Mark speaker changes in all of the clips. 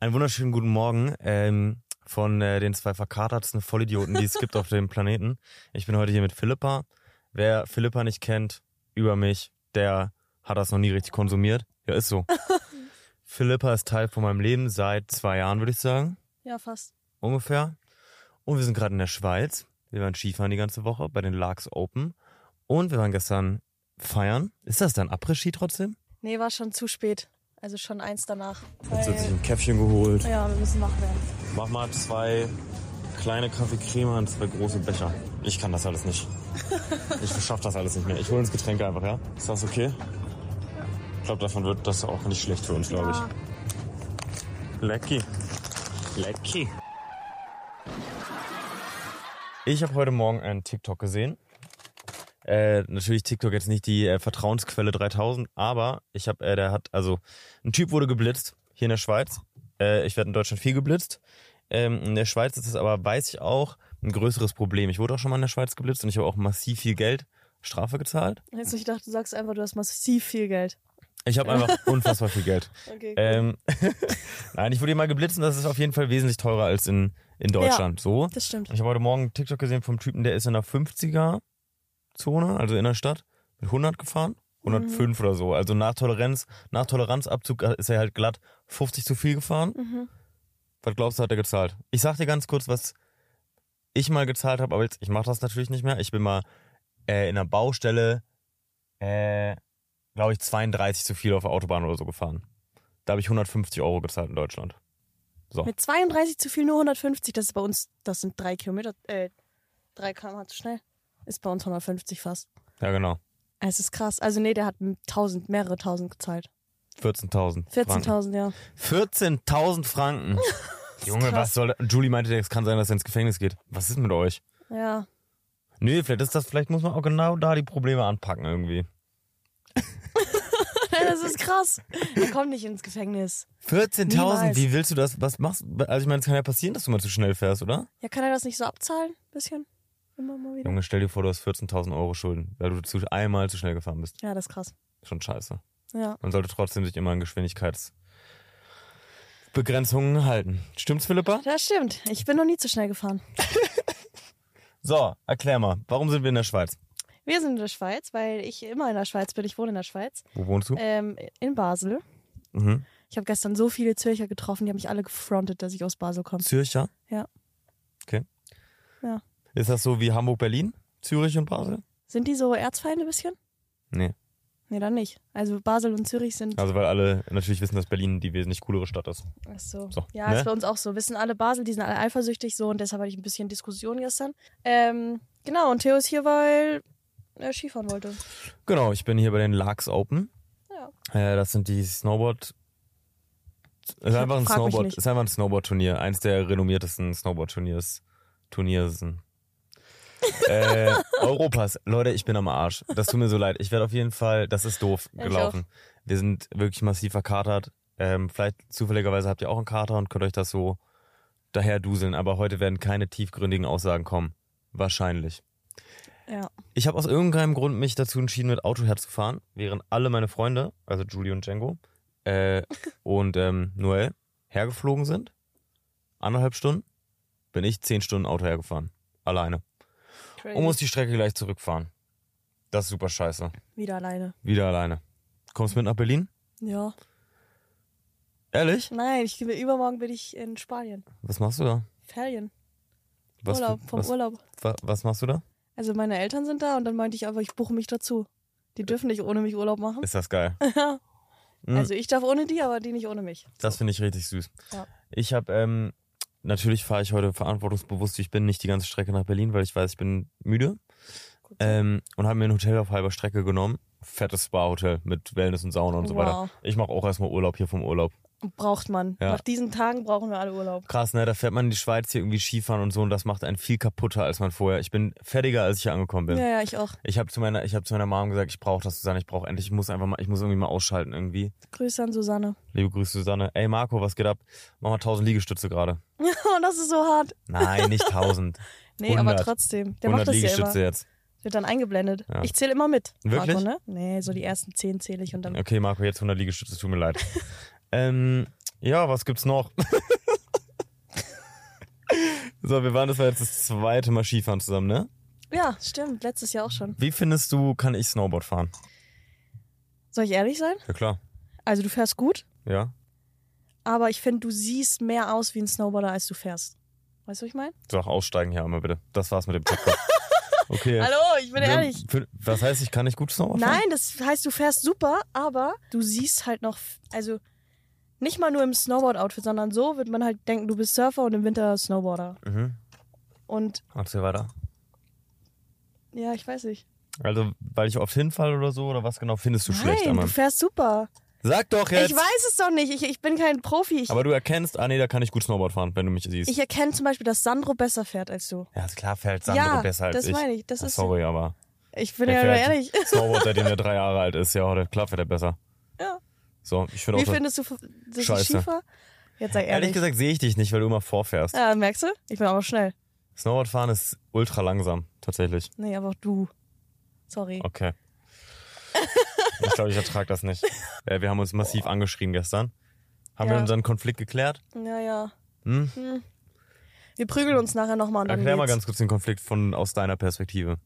Speaker 1: Einen wunderschönen guten Morgen ähm, von äh, den zwei verkatertsten Vollidioten, die es gibt auf dem Planeten. Ich bin heute hier mit Philippa. Wer Philippa nicht kennt, über mich, der hat das noch nie richtig konsumiert. Ja, ist so. Philippa ist Teil von meinem Leben seit zwei Jahren, würde ich sagen,
Speaker 2: Ja, fast.
Speaker 1: ungefähr. Und wir sind gerade in der Schweiz. Wir waren Skifahren die ganze Woche bei den Larks Open. Und wir waren gestern feiern. Ist das dann Après-Ski trotzdem?
Speaker 2: Nee, war schon zu spät. Also schon eins danach.
Speaker 1: Jetzt hat sich ein Käffchen geholt.
Speaker 2: Ja, wir müssen wach werden.
Speaker 1: Mach mal zwei kleine Kaffeecreme und zwei große Becher. Ich kann das alles nicht. Ich verschaff das alles nicht mehr. Ich hole uns Getränke einfach, ja? Ist das okay? Ich glaube, davon wird das auch nicht schlecht für uns, glaube ich. Lecky. Lecky. Ich habe heute Morgen einen TikTok gesehen. Äh, natürlich TikTok jetzt nicht die äh, Vertrauensquelle 3000, aber ich habe, äh, der hat, also ein Typ wurde geblitzt hier in der Schweiz. Äh, ich werde in Deutschland viel geblitzt. Ähm, in der Schweiz ist es aber, weiß ich auch, ein größeres Problem. Ich wurde auch schon mal in der Schweiz geblitzt und ich habe auch massiv viel Geld Strafe gezahlt.
Speaker 2: Jetzt, ich dachte, du sagst einfach, du hast massiv viel Geld.
Speaker 1: Ich habe einfach unfassbar viel Geld.
Speaker 2: Okay,
Speaker 1: Ähm, Nein, ich wurde hier mal geblitzt und das ist auf jeden Fall wesentlich teurer als in, in Deutschland. so.
Speaker 2: das stimmt.
Speaker 1: Ich habe heute Morgen einen TikTok gesehen vom Typen, der ist in der 50er-Zone, also in der Stadt, mit 100 gefahren. 105 oder so. Also nach Toleranz, nach Toleranzabzug ist er halt glatt 50 zu viel gefahren. Was glaubst du, hat er gezahlt? Ich sag dir ganz kurz, was ich mal gezahlt habe, aber jetzt, ich mache das natürlich nicht mehr. Ich bin mal äh, in einer Baustelle, äh, glaube ich, 32 zu viel auf der Autobahn oder so gefahren. Da habe ich 150 Euro gezahlt in Deutschland.
Speaker 2: Mit 32 zu viel nur 150, das ist bei uns, das sind drei Kilometer, äh, drei km zu schnell. Ist bei uns 150 fast.
Speaker 1: Ja, genau.
Speaker 2: Es ist krass. Also nee, der hat 1000, mehrere tausend gezahlt.
Speaker 1: 14.000. Franken.
Speaker 2: 14.000, ja.
Speaker 1: 14.000 Franken. Junge,
Speaker 2: krass.
Speaker 1: was soll das? Julie meinte, es kann sein, dass er ins Gefängnis geht. Was ist mit euch?
Speaker 2: Ja.
Speaker 1: Nee, vielleicht ist das, vielleicht muss man auch genau da die Probleme anpacken irgendwie.
Speaker 2: Das ist krass. Er kommt nicht ins Gefängnis.
Speaker 1: 14.000,
Speaker 2: Niemals.
Speaker 1: wie willst du das, was machst du? Also ich meine, es kann ja passieren, dass du mal zu schnell fährst, oder?
Speaker 2: Ja, kann er das nicht so abzahlen? Bisschen? Immer mal wieder.
Speaker 1: Junge, stell dir vor, du hast 14.000 Euro Schulden, weil du zu, einmal zu schnell gefahren bist.
Speaker 2: Ja, das ist krass.
Speaker 1: Schon scheiße.
Speaker 2: Ja.
Speaker 1: Man sollte trotzdem sich immer an Geschwindigkeitsbegrenzungen halten. Stimmt's, Philippa?
Speaker 2: Das stimmt. Ich bin noch nie zu schnell gefahren.
Speaker 1: So, erklär mal, warum sind wir in der Schweiz?
Speaker 2: Wir sind in der Schweiz, weil ich immer in der Schweiz bin. Ich wohne in der Schweiz.
Speaker 1: Wo wohnst du?
Speaker 2: Ähm, in Basel.
Speaker 1: Mhm.
Speaker 2: Ich habe gestern so viele Zürcher getroffen, die haben mich alle gefrontet, dass ich aus Basel komme.
Speaker 1: Zürcher?
Speaker 2: Ja.
Speaker 1: Okay.
Speaker 2: Ja.
Speaker 1: Ist das so wie Hamburg, Berlin, Zürich und Basel?
Speaker 2: Sind die so Erzfeinde ein bisschen?
Speaker 1: Nee.
Speaker 2: Nee, dann nicht. Also Basel und Zürich sind.
Speaker 1: Also weil alle natürlich wissen, dass Berlin die wesentlich coolere Stadt ist.
Speaker 2: Ach so.
Speaker 1: So,
Speaker 2: Ja,
Speaker 1: ne?
Speaker 2: ist bei uns auch so. Wissen alle Basel, die sind alle eifersüchtig so und deshalb hatte ich ein bisschen Diskussion gestern. Ähm, genau, und Theo ist hier, weil er Skifahren wollte.
Speaker 1: Genau, ich bin hier bei den Larks Open.
Speaker 2: Ja.
Speaker 1: Äh, das sind die Snowboard. Ist einfach ein
Speaker 2: frag mich
Speaker 1: Snowboard,
Speaker 2: nicht.
Speaker 1: ist einfach ein Snowboard-Turnier. Eins der renommiertesten Snowboard-Turniers. Turniersen. äh, Europas. Leute, ich bin am Arsch. Das tut mir so leid. Ich werde auf jeden Fall, das ist doof
Speaker 2: Ich
Speaker 1: gelaufen. Wir sind wirklich massiv verkatert. Ähm, vielleicht zufälligerweise habt ihr auch einen Kater und könnt euch das so daher duseln. Aber heute werden keine tiefgründigen Aussagen kommen. Wahrscheinlich.
Speaker 2: Ja.
Speaker 1: Ich habe aus irgendeinem Grund mich dazu entschieden, mit Auto herzufahren, während alle meine Freunde, also Julie und Django äh, und ähm, Noel, hergeflogen sind. Anderthalb Stunden bin ich zehn Stunden Auto hergefahren. Alleine.
Speaker 2: Crazy.
Speaker 1: Und muss die Strecke gleich zurückfahren. Das ist super scheiße.
Speaker 2: Wieder alleine.
Speaker 1: Wieder alleine. Kommst mit nach Berlin?
Speaker 2: Ja.
Speaker 1: Ehrlich?
Speaker 2: Nein, ich übermorgen bin ich in Spanien.
Speaker 1: Was machst du da?
Speaker 2: Ferien.
Speaker 1: Was,
Speaker 2: Urlaub, vom
Speaker 1: was,
Speaker 2: Urlaub.
Speaker 1: wa- was machst du da?
Speaker 2: Also meine Eltern sind da und dann meinte ich einfach, ich buche mich dazu. Die dürfen nicht ohne mich Urlaub machen.
Speaker 1: Äh, Ist das geil. Mhm.
Speaker 2: Also ich darf ohne die, aber die nicht ohne mich.
Speaker 1: Das finde ich richtig süß.
Speaker 2: Ja.
Speaker 1: Ich habe, ähm, natürlich fahre ich heute verantwortungsbewusst, wie ich bin, nicht die ganze Strecke nach Berlin, weil ich weiß, ich bin müde.
Speaker 2: Gut.
Speaker 1: Ähm, und habe mir ein Hotel auf halber Strecke genommen. Fettes Spa-Hotel mit Wellness und Sauna und so
Speaker 2: Wow.
Speaker 1: weiter. Ich mache auch erstmal Urlaub hier vom Urlaub.
Speaker 2: Braucht man.
Speaker 1: Ja.
Speaker 2: Nach diesen Tagen brauchen wir alle Urlaub.
Speaker 1: Krass, ne? Da fährt man in die Schweiz hier irgendwie Skifahren und so und das macht einen viel kaputter, als man vorher. Ich bin fertiger, als ich hier angekommen bin.
Speaker 2: Ja, ja, ich auch.
Speaker 1: Ich habe zu meiner, ich habe zu meiner Mom gesagt, ich brauche das, Susanne. Ich brauche endlich, ich muss einfach mal, ich muss irgendwie mal ausschalten irgendwie.
Speaker 2: Grüße an Susanne.
Speaker 1: Liebe Grüße, Susanne. Ey, Marco, was geht ab? Mach mal 1000 Liegestütze gerade.
Speaker 2: Oh, das ist so hart.
Speaker 1: Nein, nicht 1000.
Speaker 2: Nee,
Speaker 1: 100.
Speaker 2: aber trotzdem. Der
Speaker 1: 100
Speaker 2: macht das ja
Speaker 1: Liegestütze
Speaker 2: immer.
Speaker 1: jetzt.
Speaker 2: Wird dann eingeblendet.
Speaker 1: Ja.
Speaker 2: Ich zähle immer mit.
Speaker 1: Wirklich?
Speaker 2: Marco, ne? Nee, so die ersten zehn zähle ich und dann.
Speaker 1: Okay, Marco, jetzt 100 Liegestütze, tut mir leid. ähm, Ja, was gibt's noch? so, wir waren, das war jetzt das zweite Mal Skifahren zusammen, ne?
Speaker 2: Ja, stimmt. Letztes Jahr auch schon.
Speaker 1: Wie findest du, kann ich Snowboard fahren?
Speaker 2: Soll ich ehrlich sein?
Speaker 1: Ja, klar.
Speaker 2: Also du fährst gut,
Speaker 1: Ja.
Speaker 2: aber ich finde, du siehst mehr aus wie ein Snowboarder, als du fährst. Weißt du, was ich meine?
Speaker 1: Sag, aussteigen hier einmal bitte. Das war's mit dem Podcast. Okay.
Speaker 2: Hallo, ich Also, bin
Speaker 1: Wir-
Speaker 2: ehrlich.
Speaker 1: für- Was heißt, ich kann nicht gut Snowboard fahren?
Speaker 2: Nein, das heißt, du fährst super, aber du siehst halt noch, also nicht mal nur im Snowboard-Outfit, sondern so wird man halt denken, du bist Surfer und im Winter Snowboarder.
Speaker 1: Mhm.
Speaker 2: Und
Speaker 1: Erzähl weiter.
Speaker 2: ja, ich weiß nicht.
Speaker 1: Also, weil ich oft hinfalle oder so, oder was genau findest du schlecht
Speaker 2: Nein,
Speaker 1: an
Speaker 2: du
Speaker 1: meinem?
Speaker 2: fährst super.
Speaker 1: Sag doch jetzt!
Speaker 2: Ich weiß es doch nicht. Ich, ich bin kein Profi. Ich,
Speaker 1: Aber du erkennst, ah nee, da kann ich gut Snowboard fahren, wenn du mich siehst.
Speaker 2: ich erkenne zum Beispiel, dass Sandro besser fährt als du.
Speaker 1: ja, ist klar fährt Sandro
Speaker 2: ja,
Speaker 1: besser als
Speaker 2: das
Speaker 1: ich.
Speaker 2: meine ich. Das
Speaker 1: Ah,
Speaker 2: ist,
Speaker 1: sorry, aber
Speaker 2: ich bin
Speaker 1: Der
Speaker 2: ja nur
Speaker 1: fährt-
Speaker 2: ehrlich.
Speaker 1: Snowboard, seitdem er drei Jahre alt ist, ja, oder klar fährt er besser.
Speaker 2: Ja.
Speaker 1: So, ich finde auch,
Speaker 2: Wie
Speaker 1: dass-
Speaker 2: findest du das
Speaker 1: Scheiße.
Speaker 2: ist Skifahr? Jetzt sei
Speaker 1: ehrlich
Speaker 2: ehrlich.
Speaker 1: gesagt sehe ich dich nicht, weil du immer vorfährst.
Speaker 2: Ja, merkst du? Ich bin auch schnell.
Speaker 1: Snowboard fahren ist ultra langsam, tatsächlich.
Speaker 2: Nee, aber auch du. Sorry.
Speaker 1: Okay. Ich glaube, ich ertrage das nicht. Äh, wir haben uns massiv angeschrien gestern. Haben wir
Speaker 2: Ja.
Speaker 1: unseren Konflikt geklärt?
Speaker 2: Ja, ja.
Speaker 1: Hm?
Speaker 2: Wir prügeln uns nachher nochmal und dann
Speaker 1: Erklär mal
Speaker 2: geht's.
Speaker 1: ganz kurz den Konflikt von aus deiner Perspektive.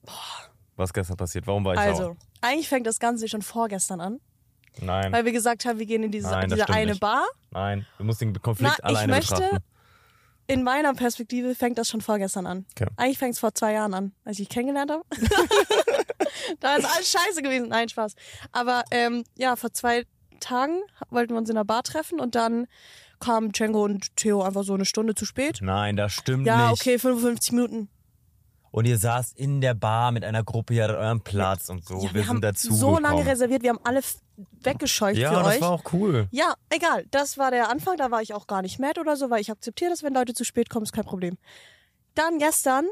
Speaker 1: Was gestern passiert? Warum war ich
Speaker 2: Also, eigentlich fängt das Ganze schon vorgestern an,
Speaker 1: sauer? Nein,
Speaker 2: weil wir gesagt haben, wir gehen in diese,
Speaker 1: Nein, das
Speaker 2: diese
Speaker 1: stimmt
Speaker 2: eine
Speaker 1: nicht.
Speaker 2: Bar.
Speaker 1: nein. Du musst den
Speaker 2: Na,
Speaker 1: Konflikt
Speaker 2: ich
Speaker 1: alleine
Speaker 2: möchte,
Speaker 1: betrachten.
Speaker 2: in meiner Perspektive fängt das schon vorgestern an.
Speaker 1: Okay.
Speaker 2: Eigentlich fängt es vor zwei Jahren an, als ich dich kennengelernt habe. da ist alles scheiße gewesen. Nein, Spaß. Aber ähm, ja, vor zwei Tagen wollten wir uns in einer Bar treffen und dann kamen Django und Theo einfach so eine Stunde zu spät.
Speaker 1: Nein, das stimmt
Speaker 2: Ja,
Speaker 1: nicht.
Speaker 2: okay, 55 Minuten.
Speaker 1: Und ihr saßt in der Bar mit einer Gruppe, ihr hattet euren Platz und so.
Speaker 2: ja,
Speaker 1: Oh, wir,
Speaker 2: wir,
Speaker 1: sind
Speaker 2: haben
Speaker 1: dazu
Speaker 2: so
Speaker 1: gekommen.
Speaker 2: lange reserviert, wir haben alle f- weggescheucht
Speaker 1: Ja,
Speaker 2: für
Speaker 1: das
Speaker 2: euch.
Speaker 1: war auch cool.
Speaker 2: Ja, egal. Das war der Anfang. Da war ich auch gar nicht mad oder so, weil ich akzeptiere das, wenn Leute zu spät kommen, ist kein Problem. Dann gestern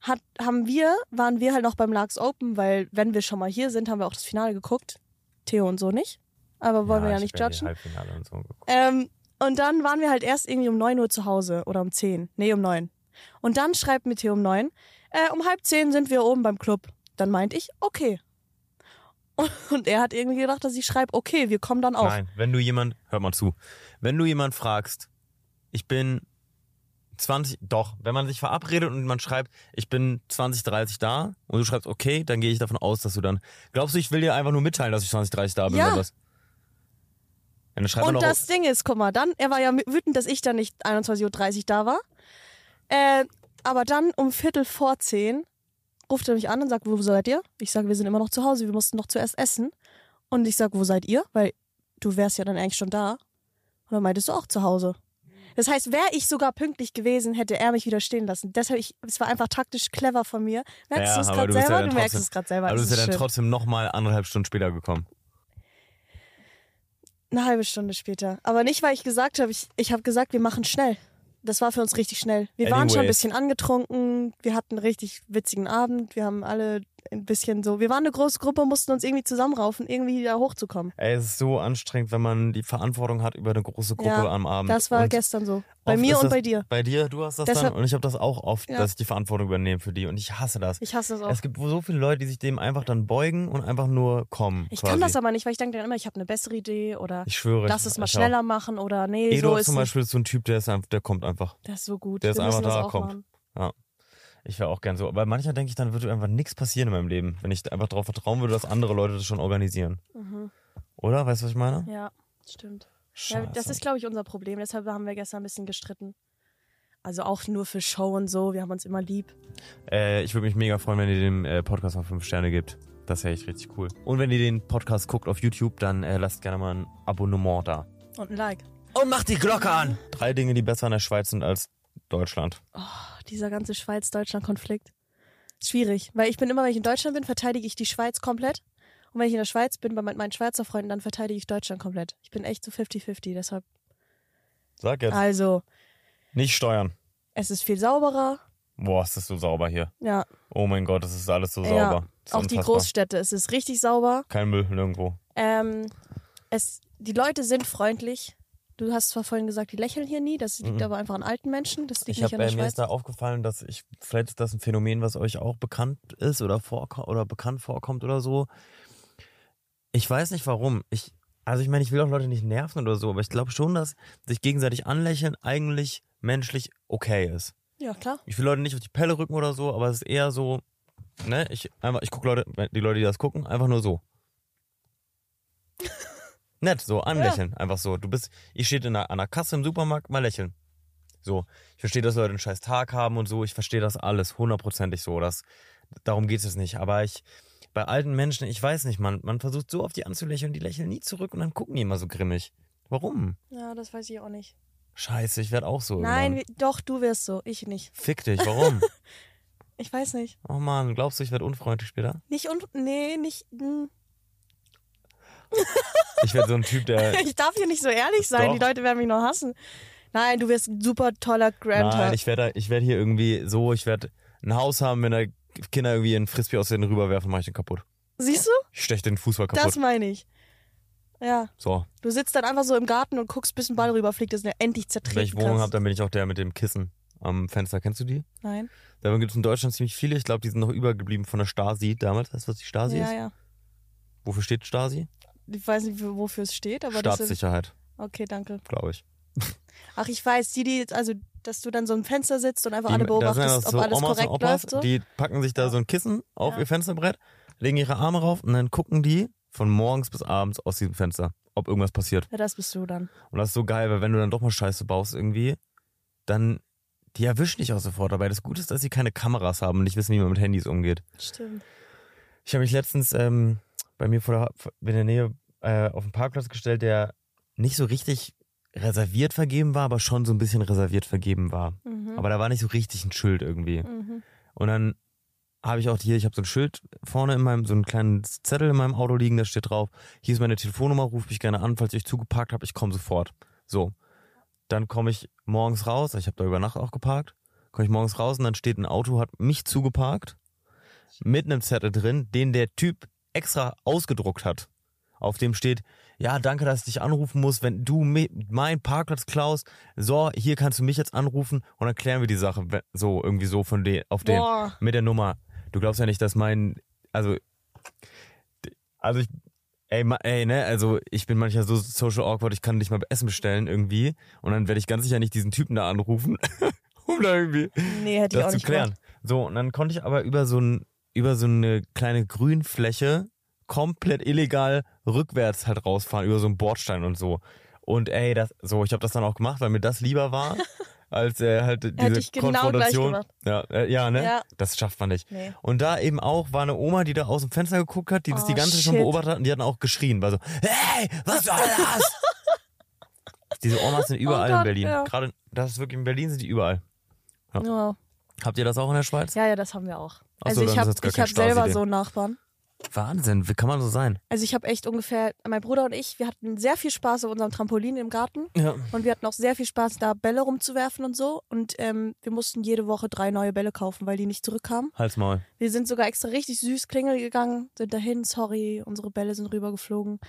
Speaker 2: hat, haben wir, waren wir halt noch beim Larks Open, weil wenn wir schon mal hier sind, haben wir auch das Finale geguckt. Theo und so nicht. Aber wollen wir ja
Speaker 1: ich
Speaker 2: nicht
Speaker 1: werd die
Speaker 2: judgen.
Speaker 1: Halbfinale und so geguckt.
Speaker 2: Ähm, und dann waren wir halt erst irgendwie um 9 Uhr zu Hause oder um 10. Nee, um 9. Und dann schreibt mir Theo um 9, äh, um halb 10 sind wir oben beim Club. Dann meint ich, okay. Und er hat irgendwie gedacht, dass ich schreibe, okay, wir kommen dann auch.
Speaker 1: Nein, wenn du jemand, hört mal zu, wenn du jemand fragst, ich bin 20, doch, wenn man sich verabredet und man schreibt, ich bin 20, 30 da und du schreibst, okay, dann gehe ich davon aus, dass du dann, glaubst du, ich will dir einfach nur mitteilen, dass ich 20, 30 da bin
Speaker 2: Ja.
Speaker 1: oder was? Ja, dann schreibt
Speaker 2: Und
Speaker 1: man auch,
Speaker 2: das Ding ist, guck mal, dann, er war ja wütend, dass ich dann nicht 21.30 Uhr da war. Äh, aber dann um Viertel vor zehn ruft er mich an und sagt, wo seid ihr? Ich sage, wir sind immer noch zu Hause, wir mussten noch zuerst essen. Und ich sage, wo seid ihr? Weil du wärst ja dann eigentlich schon da. Und dann meintest du auch zu Hause. Das heißt, wäre ich sogar pünktlich gewesen, hätte er mich wieder stehen lassen. Deshalb, ich, es war einfach taktisch clever von mir. Merkst
Speaker 1: Ja,
Speaker 2: du es
Speaker 1: aber
Speaker 2: gerade
Speaker 1: du bist ja
Speaker 2: selber?
Speaker 1: dann
Speaker 2: du merkst
Speaker 1: trotzdem-
Speaker 2: es gerade selber.
Speaker 1: aber du
Speaker 2: Es
Speaker 1: bist ja
Speaker 2: ist
Speaker 1: dann
Speaker 2: schlimm.
Speaker 1: trotzdem nochmal anderthalb Stunden später gekommen.
Speaker 2: Eine halbe Stunde später. Aber nicht, weil ich gesagt habe, ich, ich habe gesagt, wir machen schnell. Das war für uns richtig schnell. Wir waren schon ein
Speaker 1: Anyway.
Speaker 2: bisschen angetrunken, wir hatten einen richtig witzigen Abend, wir haben alle ein bisschen so, wir waren eine große Gruppe, mussten uns irgendwie zusammenraufen, irgendwie da hochzukommen.
Speaker 1: Ey, es ist so anstrengend, wenn man die Verantwortung hat über eine große Gruppe
Speaker 2: Ja,
Speaker 1: am Abend.
Speaker 2: Das war
Speaker 1: Und
Speaker 2: gestern so. Bei
Speaker 1: oft
Speaker 2: mir
Speaker 1: ist
Speaker 2: und
Speaker 1: das-
Speaker 2: bei dir.
Speaker 1: Bei dir, du hast das
Speaker 2: Deshalb-
Speaker 1: dann und ich habe das auch oft,
Speaker 2: Ja.
Speaker 1: dass ich die Verantwortung übernehme für die und ich hasse das.
Speaker 2: Ich hasse das auch.
Speaker 1: Es gibt so viele Leute, die sich dem einfach dann beugen und einfach nur kommen.
Speaker 2: Ich
Speaker 1: quasi.
Speaker 2: kann das aber nicht, weil ich denke dann immer, ich habe eine bessere Idee oder
Speaker 1: Ich schwöre.
Speaker 2: lass
Speaker 1: ich-
Speaker 2: es mal
Speaker 1: ich-
Speaker 2: schneller machen oder nee,
Speaker 1: Edo
Speaker 2: so
Speaker 1: ist
Speaker 2: ist
Speaker 1: zum
Speaker 2: nicht.
Speaker 1: Beispiel so ein Typ, der, ist einfach, der kommt einfach.
Speaker 2: Das ist so gut.
Speaker 1: der ist
Speaker 2: wir müssen
Speaker 1: einfach
Speaker 2: das
Speaker 1: da,
Speaker 2: auch
Speaker 1: kommt.
Speaker 2: machen.
Speaker 1: Ich wäre auch gern so. Aber manchmal denke ich, dann würde einfach nichts passieren in meinem Leben, wenn ich einfach darauf vertrauen würde, dass andere Leute das schon organisieren.
Speaker 2: Mhm.
Speaker 1: Oder? Weißt du, was ich meine?
Speaker 2: Ja, stimmt. Ja,
Speaker 1: Scheiße.
Speaker 2: das ist, glaube ich, unser Problem. Deshalb haben wir gestern ein bisschen gestritten. Also auch nur für Show und so. Wir haben uns immer lieb.
Speaker 1: Äh, ich würde mich mega freuen, wenn ihr dem äh, Podcast mal 5 Sterne gibt. Das wäre echt richtig cool. Und wenn ihr den Podcast guckt auf YouTube, dann äh, lasst gerne mal ein Abonnement da.
Speaker 2: Und ein Like.
Speaker 1: Und macht die Glocke an! Drei Dinge, die besser in der Schweiz sind als Deutschland.
Speaker 2: Oh, dieser ganze Schweiz-Deutschland-Konflikt. Ist Schwierig. Weil ich bin immer, wenn ich in Deutschland bin, verteidige ich die Schweiz komplett. Und wenn ich in der Schweiz bin, bei meinen Schweizer Freunden, dann verteidige ich Deutschland komplett. Ich bin echt so 50-50. Deshalb.
Speaker 1: Sag jetzt.
Speaker 2: Also,
Speaker 1: Nicht steuern.
Speaker 2: es ist viel sauberer.
Speaker 1: Boah, ist das so sauber hier.
Speaker 2: Ja,
Speaker 1: Oh mein Gott, das ist alles so
Speaker 2: Ja,
Speaker 1: sauber. Das ist
Speaker 2: auch die
Speaker 1: unfassbar.
Speaker 2: Großstädte. Es ist richtig sauber.
Speaker 1: Kein Müll nirgendwo.
Speaker 2: Ähm, es, die Leute sind freundlich. Du hast zwar vorhin gesagt, die lächeln hier nie, das liegt
Speaker 1: Mhm.
Speaker 2: aber einfach an alten Menschen, das
Speaker 1: Ich
Speaker 2: liegt nicht
Speaker 1: habe
Speaker 2: an der
Speaker 1: äh, mir
Speaker 2: Schweiz.
Speaker 1: ist da aufgefallen, dass ich vielleicht ist das ein Phänomen, was euch auch bekannt ist oder vorkommt oder bekannt vorkommt oder so. Ich weiß nicht warum. Ich Also ich meine, ich will auch Leute nicht nerven oder so, aber ich glaube schon, dass sich gegenseitig anlächeln eigentlich menschlich okay ist.
Speaker 2: Ja, klar.
Speaker 1: Ich will Leute nicht auf die Pelle rücken oder so, aber es ist eher so, ne, ich einfach, ich gucke Leute, die Leute, die das gucken, einfach nur so. Nett, so, anlächeln, einfach so. Du bist, ich steht in einer, an der Kasse im Supermarkt, mal lächeln. So, ich verstehe, dass Leute einen scheiß Tag haben und so, ich verstehe das alles, hundertprozentig so. Das, darum geht es jetzt nicht. Aber ich, bei alten Menschen, ich weiß nicht, man, man versucht so auf die anzulächeln, die lächeln nie zurück und dann gucken die immer so grimmig. Warum?
Speaker 2: Ja, das weiß ich auch nicht.
Speaker 1: Scheiße, ich werde auch so.
Speaker 2: Nein,
Speaker 1: irgendwann.
Speaker 2: wir- doch, du wärst so, ich nicht.
Speaker 1: Fick dich, warum?
Speaker 2: Ich weiß nicht.
Speaker 1: oh Mann, glaubst du, ich werde unfreundlich später?
Speaker 2: Nicht und. Nee, nicht. hm. Mh.
Speaker 1: Ich werde so ein Typ, der.
Speaker 2: Ich darf hier nicht so ehrlich sein,
Speaker 1: Äh. Doch.
Speaker 2: die Leute werden mich noch hassen. Nein, du wärst ein super toller Grandpa.
Speaker 1: Nein, ich werde ich werd hier irgendwie so, ich werde ein Haus haben, wenn da Kinder irgendwie einen Frisbee aus denen rüberwerfen, mache ich den kaputt.
Speaker 2: Siehst du?
Speaker 1: Ich steche den Fußball
Speaker 2: Das
Speaker 1: kaputt.
Speaker 2: meine ich. Ja,
Speaker 1: So,
Speaker 2: du sitzt dann einfach so im Garten und guckst, bis ein Ball rüberfliegt, dass du ihn endlich
Speaker 1: wenn ich
Speaker 2: zertreten
Speaker 1: Wohnung habe,
Speaker 2: kannst.
Speaker 1: dann bin ich auch der mit dem Kissen am Fenster. Kennst du die?
Speaker 2: Nein.
Speaker 1: Davon gibt es in Deutschland ziemlich viele. Ich glaube, die sind noch übergeblieben von der Stasi damals. Weißt du, was die Stasi
Speaker 2: ja,
Speaker 1: Ah, ist?
Speaker 2: ja.
Speaker 1: Wofür steht Stasi?
Speaker 2: Ich weiß nicht, wo- wofür es steht, aber das sind.
Speaker 1: Staatssicherheit,
Speaker 2: Okay, danke.
Speaker 1: glaube ich.
Speaker 2: Ach, ich weiß, die, die, also, dass du dann so im Fenster sitzt und einfach
Speaker 1: Die-
Speaker 2: alle
Speaker 1: da sind
Speaker 2: beobachtest,
Speaker 1: einfach
Speaker 2: ob
Speaker 1: so
Speaker 2: alles
Speaker 1: Omas
Speaker 2: korrekt
Speaker 1: und Opas,
Speaker 2: läuft. So.
Speaker 1: Die packen sich da so ein Kissen auf
Speaker 2: Ja.
Speaker 1: ihr Fensterbrett, legen ihre Arme rauf und dann gucken die von morgens bis abends aus diesem Fenster, ob irgendwas passiert.
Speaker 2: Ja, das bist du dann.
Speaker 1: Und das ist so geil, weil wenn du dann doch mal Scheiße baust irgendwie, dann die erwischen dich auch sofort dabei. Das Gute ist, dass sie keine Kameras haben und nicht wissen, wie man mit Handys umgeht.
Speaker 2: Stimmt.
Speaker 1: Ich habe mich letztens ähm, bei mir vor der, in der Nähe äh, auf einen Parkplatz gestellt, der nicht so richtig reserviert vergeben war, aber schon so ein bisschen reserviert vergeben war.
Speaker 2: Mhm.
Speaker 1: Aber da war nicht so richtig ein Schild irgendwie.
Speaker 2: mhm.
Speaker 1: Und dann habe ich auch hier, ich habe so ein Schild vorne in meinem, so einen kleinen Zettel in meinem Auto liegen, da steht drauf, hier ist meine Telefonnummer, ruft mich gerne an, falls ihr euch zugeparkt habt, ich komme sofort. So. Dann komme ich morgens raus, ich habe da über Nacht auch geparkt, komme ich morgens raus und dann steht ein Auto, hat mich zugeparkt, mit einem Zettel drin, den der Typ extra ausgedruckt hat. Auf dem steht, ja, danke, dass ich dich anrufen muss, wenn du mi- meinen Parkplatz klaust, so, hier kannst du mich jetzt anrufen und dann klären wir die Sache, we- so, irgendwie so von dem, auf dem
Speaker 2: Boah.
Speaker 1: mit der Nummer. Du glaubst ja nicht, dass mein, also, d- also ich, ey, ma- ey, ne, also ich bin manchmal so social awkward, ich kann nicht mal Essen bestellen irgendwie und dann werde ich ganz sicher nicht diesen Typen da anrufen, um da irgendwie
Speaker 2: Nee, hätte ich auch
Speaker 1: das zu
Speaker 2: nicht
Speaker 1: klären.
Speaker 2: gemacht.
Speaker 1: So, und dann konnte ich aber über so, ein, über so eine kleine Grünfläche komplett illegal rückwärts halt rausfahren, über so einen Bordstein und so. Und ey, das, so, ich habe das dann auch gemacht, weil mir das lieber war, als äh, halt diese
Speaker 2: ich genau gleich
Speaker 1: Konfrontation.
Speaker 2: gemacht.
Speaker 1: Ja, äh, ja, ne?
Speaker 2: Ja.
Speaker 1: Das schafft man nicht.
Speaker 2: Nee.
Speaker 1: Und da eben auch war eine Oma, die da aus dem Fenster geguckt hat, die das
Speaker 2: Oh,
Speaker 1: die ganze Zeit schon
Speaker 2: shit.
Speaker 1: beobachtet hat und die hatten auch geschrien. War so, hey, was soll das? Diese Omas sind überall in
Speaker 2: Oh Gott,
Speaker 1: Berlin.
Speaker 2: ja.
Speaker 1: Gerade, das ist wirklich in Berlin, sind die überall.
Speaker 2: Ja.
Speaker 1: Habt ihr das auch in der Schweiz?
Speaker 2: ja, ja, das haben wir auch.
Speaker 1: Ach so,
Speaker 2: also
Speaker 1: dann
Speaker 2: ich
Speaker 1: ist
Speaker 2: habe
Speaker 1: jetzt gar
Speaker 2: hab
Speaker 1: kein
Speaker 2: selber
Speaker 1: Stasi-Ding.
Speaker 2: so einen Nachbarn.
Speaker 1: Wahnsinn, wie kann man so sein?
Speaker 2: Also ich habe echt ungefähr, mein Bruder und ich, wir hatten sehr viel Spaß auf unserem Trampolin im Garten
Speaker 1: Ja.
Speaker 2: und wir hatten auch sehr viel Spaß, da Bälle rumzuwerfen und so. Und ähm, wir mussten jede Woche drei neue Bälle kaufen, weil die nicht zurückkamen.
Speaker 1: Halt's Maul.
Speaker 2: Wir sind sogar extra richtig süß klingeln gegangen, sind dahin, sorry, unsere Bälle sind rübergeflogen.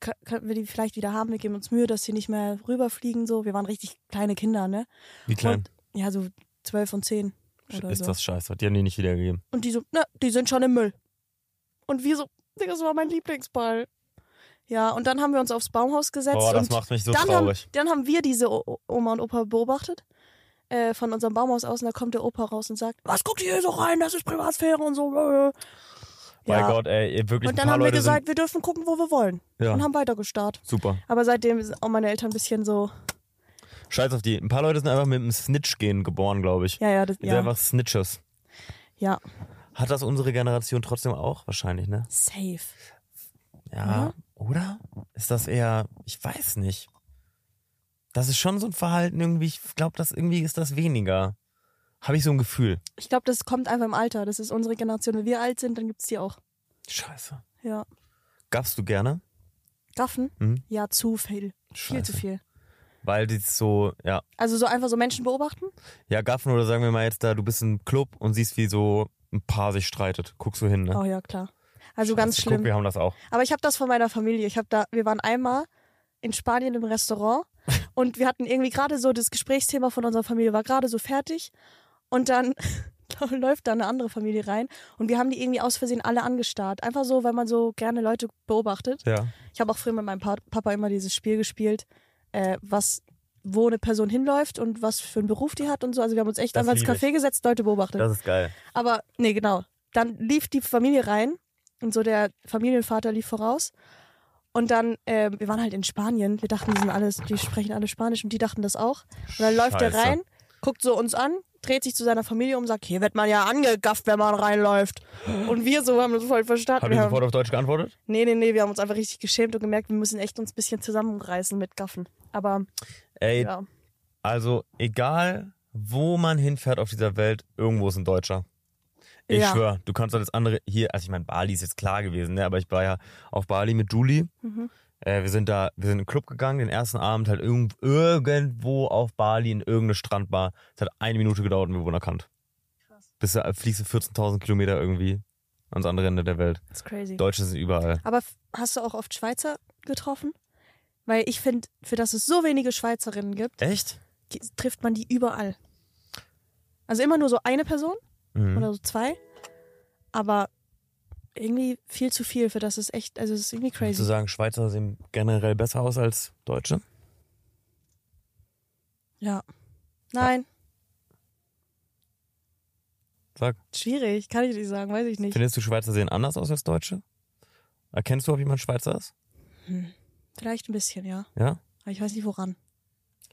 Speaker 2: Kö- Könnten wir die vielleicht wieder haben? Wir geben uns Mühe, dass sie nicht mehr rüberfliegen. So, wir waren richtig kleine Kinder, ne?
Speaker 1: Wie klein
Speaker 2: Und, ja, so zwölf und zehn oder
Speaker 1: ist
Speaker 2: so.
Speaker 1: das scheiße? Die haben die nicht wiedergegeben.
Speaker 2: Und die so, ne, die sind schon im Müll. Und wir so, Digga, das war mein Lieblingsball. Ja, und dann haben wir uns aufs Baumhaus gesetzt.
Speaker 1: Boah, das
Speaker 2: und
Speaker 1: macht mich so
Speaker 2: dann, haben,
Speaker 1: traurig.
Speaker 2: dann haben wir diese O- Oma und Opa beobachtet. Äh, von unserem Baumhaus aus. Und da kommt der Opa raus und sagt, was guckt ihr hier so rein? Das ist Privatsphäre und so. Mein
Speaker 1: Mein Gott, ey, ihr wirklich
Speaker 2: Und
Speaker 1: ein
Speaker 2: dann
Speaker 1: paar
Speaker 2: haben wir
Speaker 1: Leute
Speaker 2: gesagt, wir dürfen gucken, wo wir wollen.
Speaker 1: Ja.
Speaker 2: Und haben weitergestarrt.
Speaker 1: sind super.
Speaker 2: Aber seitdem sind auch meine Eltern ein bisschen so,
Speaker 1: Scheiß auf die. Ein paar Leute sind einfach mit einem Snitch-Gen geboren, glaube ich.
Speaker 2: ja, ja, das,
Speaker 1: Die sind
Speaker 2: ja.
Speaker 1: einfach Snitches.
Speaker 2: Ja,
Speaker 1: Hat das unsere Generation trotzdem auch? Wahrscheinlich, ne?
Speaker 2: safe.
Speaker 1: Ja, oder? Ist das eher, ich weiß nicht. Das ist schon so ein Verhalten irgendwie, ich glaube, das irgendwie ist das weniger. Habe ich so ein Gefühl.
Speaker 2: Ich glaube, das kommt einfach im Alter. Das ist unsere Generation. Wenn wir alt sind, dann gibt's die auch.
Speaker 1: Scheiße.
Speaker 2: Ja.
Speaker 1: Gaffst du gerne?
Speaker 2: Gaffen?
Speaker 1: Mhm.
Speaker 2: Ja, zu viel. Viel
Speaker 1: Scheiße.
Speaker 2: zu viel.
Speaker 1: Weil die so, ja,
Speaker 2: Also so einfach so Menschen beobachten?
Speaker 1: ja, gaffen oder sagen wir mal jetzt da, du bist im Club und siehst, wie so ein Paar sich streitet. Guckst du hin, ne?
Speaker 2: Oh ja, klar. Also
Speaker 1: Scheiße,
Speaker 2: ganz schlimm.
Speaker 1: Guck, wir haben das auch.
Speaker 2: Aber ich habe das von meiner Familie. Ich habe da, wir waren einmal in Spanien im Restaurant und wir hatten irgendwie gerade so das Gesprächsthema von unserer Familie war gerade so fertig und dann läuft da eine andere Familie rein und wir haben die irgendwie aus Versehen alle angestarrt. Einfach so, weil man so gerne Leute beobachtet.
Speaker 1: Ja.
Speaker 2: Ich habe auch früher mit meinem Pa- Papa immer dieses Spiel gespielt, äh, was wo eine Person hinläuft und was für einen Beruf die hat und so. Also wir haben uns echt
Speaker 1: Das
Speaker 2: einfach ins
Speaker 1: lieb ich.
Speaker 2: Café gesetzt, Leute beobachtet.
Speaker 1: Das ist geil.
Speaker 2: Aber, nee, genau. Dann lief die Familie rein und so der Familienvater lief voraus. Und dann, ähm, wir waren halt in Spanien. Wir dachten, die sind alles, die sprechen alle Spanisch und die dachten das auch. Und dann läuft er
Speaker 1: Scheiße.
Speaker 2: rein, guckt so uns an, dreht sich zu seiner Familie um, sagt, hier wird man ja angegafft, wenn man reinläuft. Und wir so haben das voll verstanden.
Speaker 1: Habt ihr
Speaker 2: Wir
Speaker 1: sofort
Speaker 2: haben,
Speaker 1: auf Deutsch geantwortet?
Speaker 2: nee, nee, nee, wir haben uns einfach richtig geschämt und gemerkt, wir müssen echt uns ein bisschen zusammenreißen mit Gaffen. Aber
Speaker 1: Ey,
Speaker 2: ja,
Speaker 1: also egal, wo man hinfährt auf dieser Welt, irgendwo ist ein Deutscher. Ich
Speaker 2: Ja.
Speaker 1: schwör, du kannst alles andere hier, also ich meine, Bali ist jetzt klar gewesen, ne? aber ich war ja auf Bali mit Julie.
Speaker 2: Mhm.
Speaker 1: Äh, wir sind da, wir sind in den Club gegangen, den ersten Abend halt irgend, irgendwo auf Bali in irgendeine Strandbar. Es hat eine Minute gedauert und wir wurden erkannt. Bis da fliegst du 14.000 Kilometer irgendwie ans andere Ende der Welt.
Speaker 2: it's crazy.
Speaker 1: Deutsche sind überall.
Speaker 2: Aber f- hast du auch oft Schweizer getroffen? Weil ich finde, für das es so wenige Schweizerinnen gibt,
Speaker 1: Echt?
Speaker 2: ge- trifft man die überall. Also immer nur so eine Person
Speaker 1: Mhm.
Speaker 2: oder so zwei, aber irgendwie viel zu viel, für das es echt, also es ist irgendwie
Speaker 1: Würdest du
Speaker 2: crazy.
Speaker 1: sagen, Schweizer sehen generell besser aus als Deutsche?
Speaker 2: Ja. Nein,
Speaker 1: Sag,
Speaker 2: schwierig, kann ich nicht sagen, weiß ich nicht.
Speaker 1: findest du Schweizer sehen anders aus als Deutsche? Erkennst du, ob jemand Schweizer ist?
Speaker 2: Hm. Vielleicht ein bisschen, ja.
Speaker 1: Ja?
Speaker 2: Aber ich weiß nicht woran.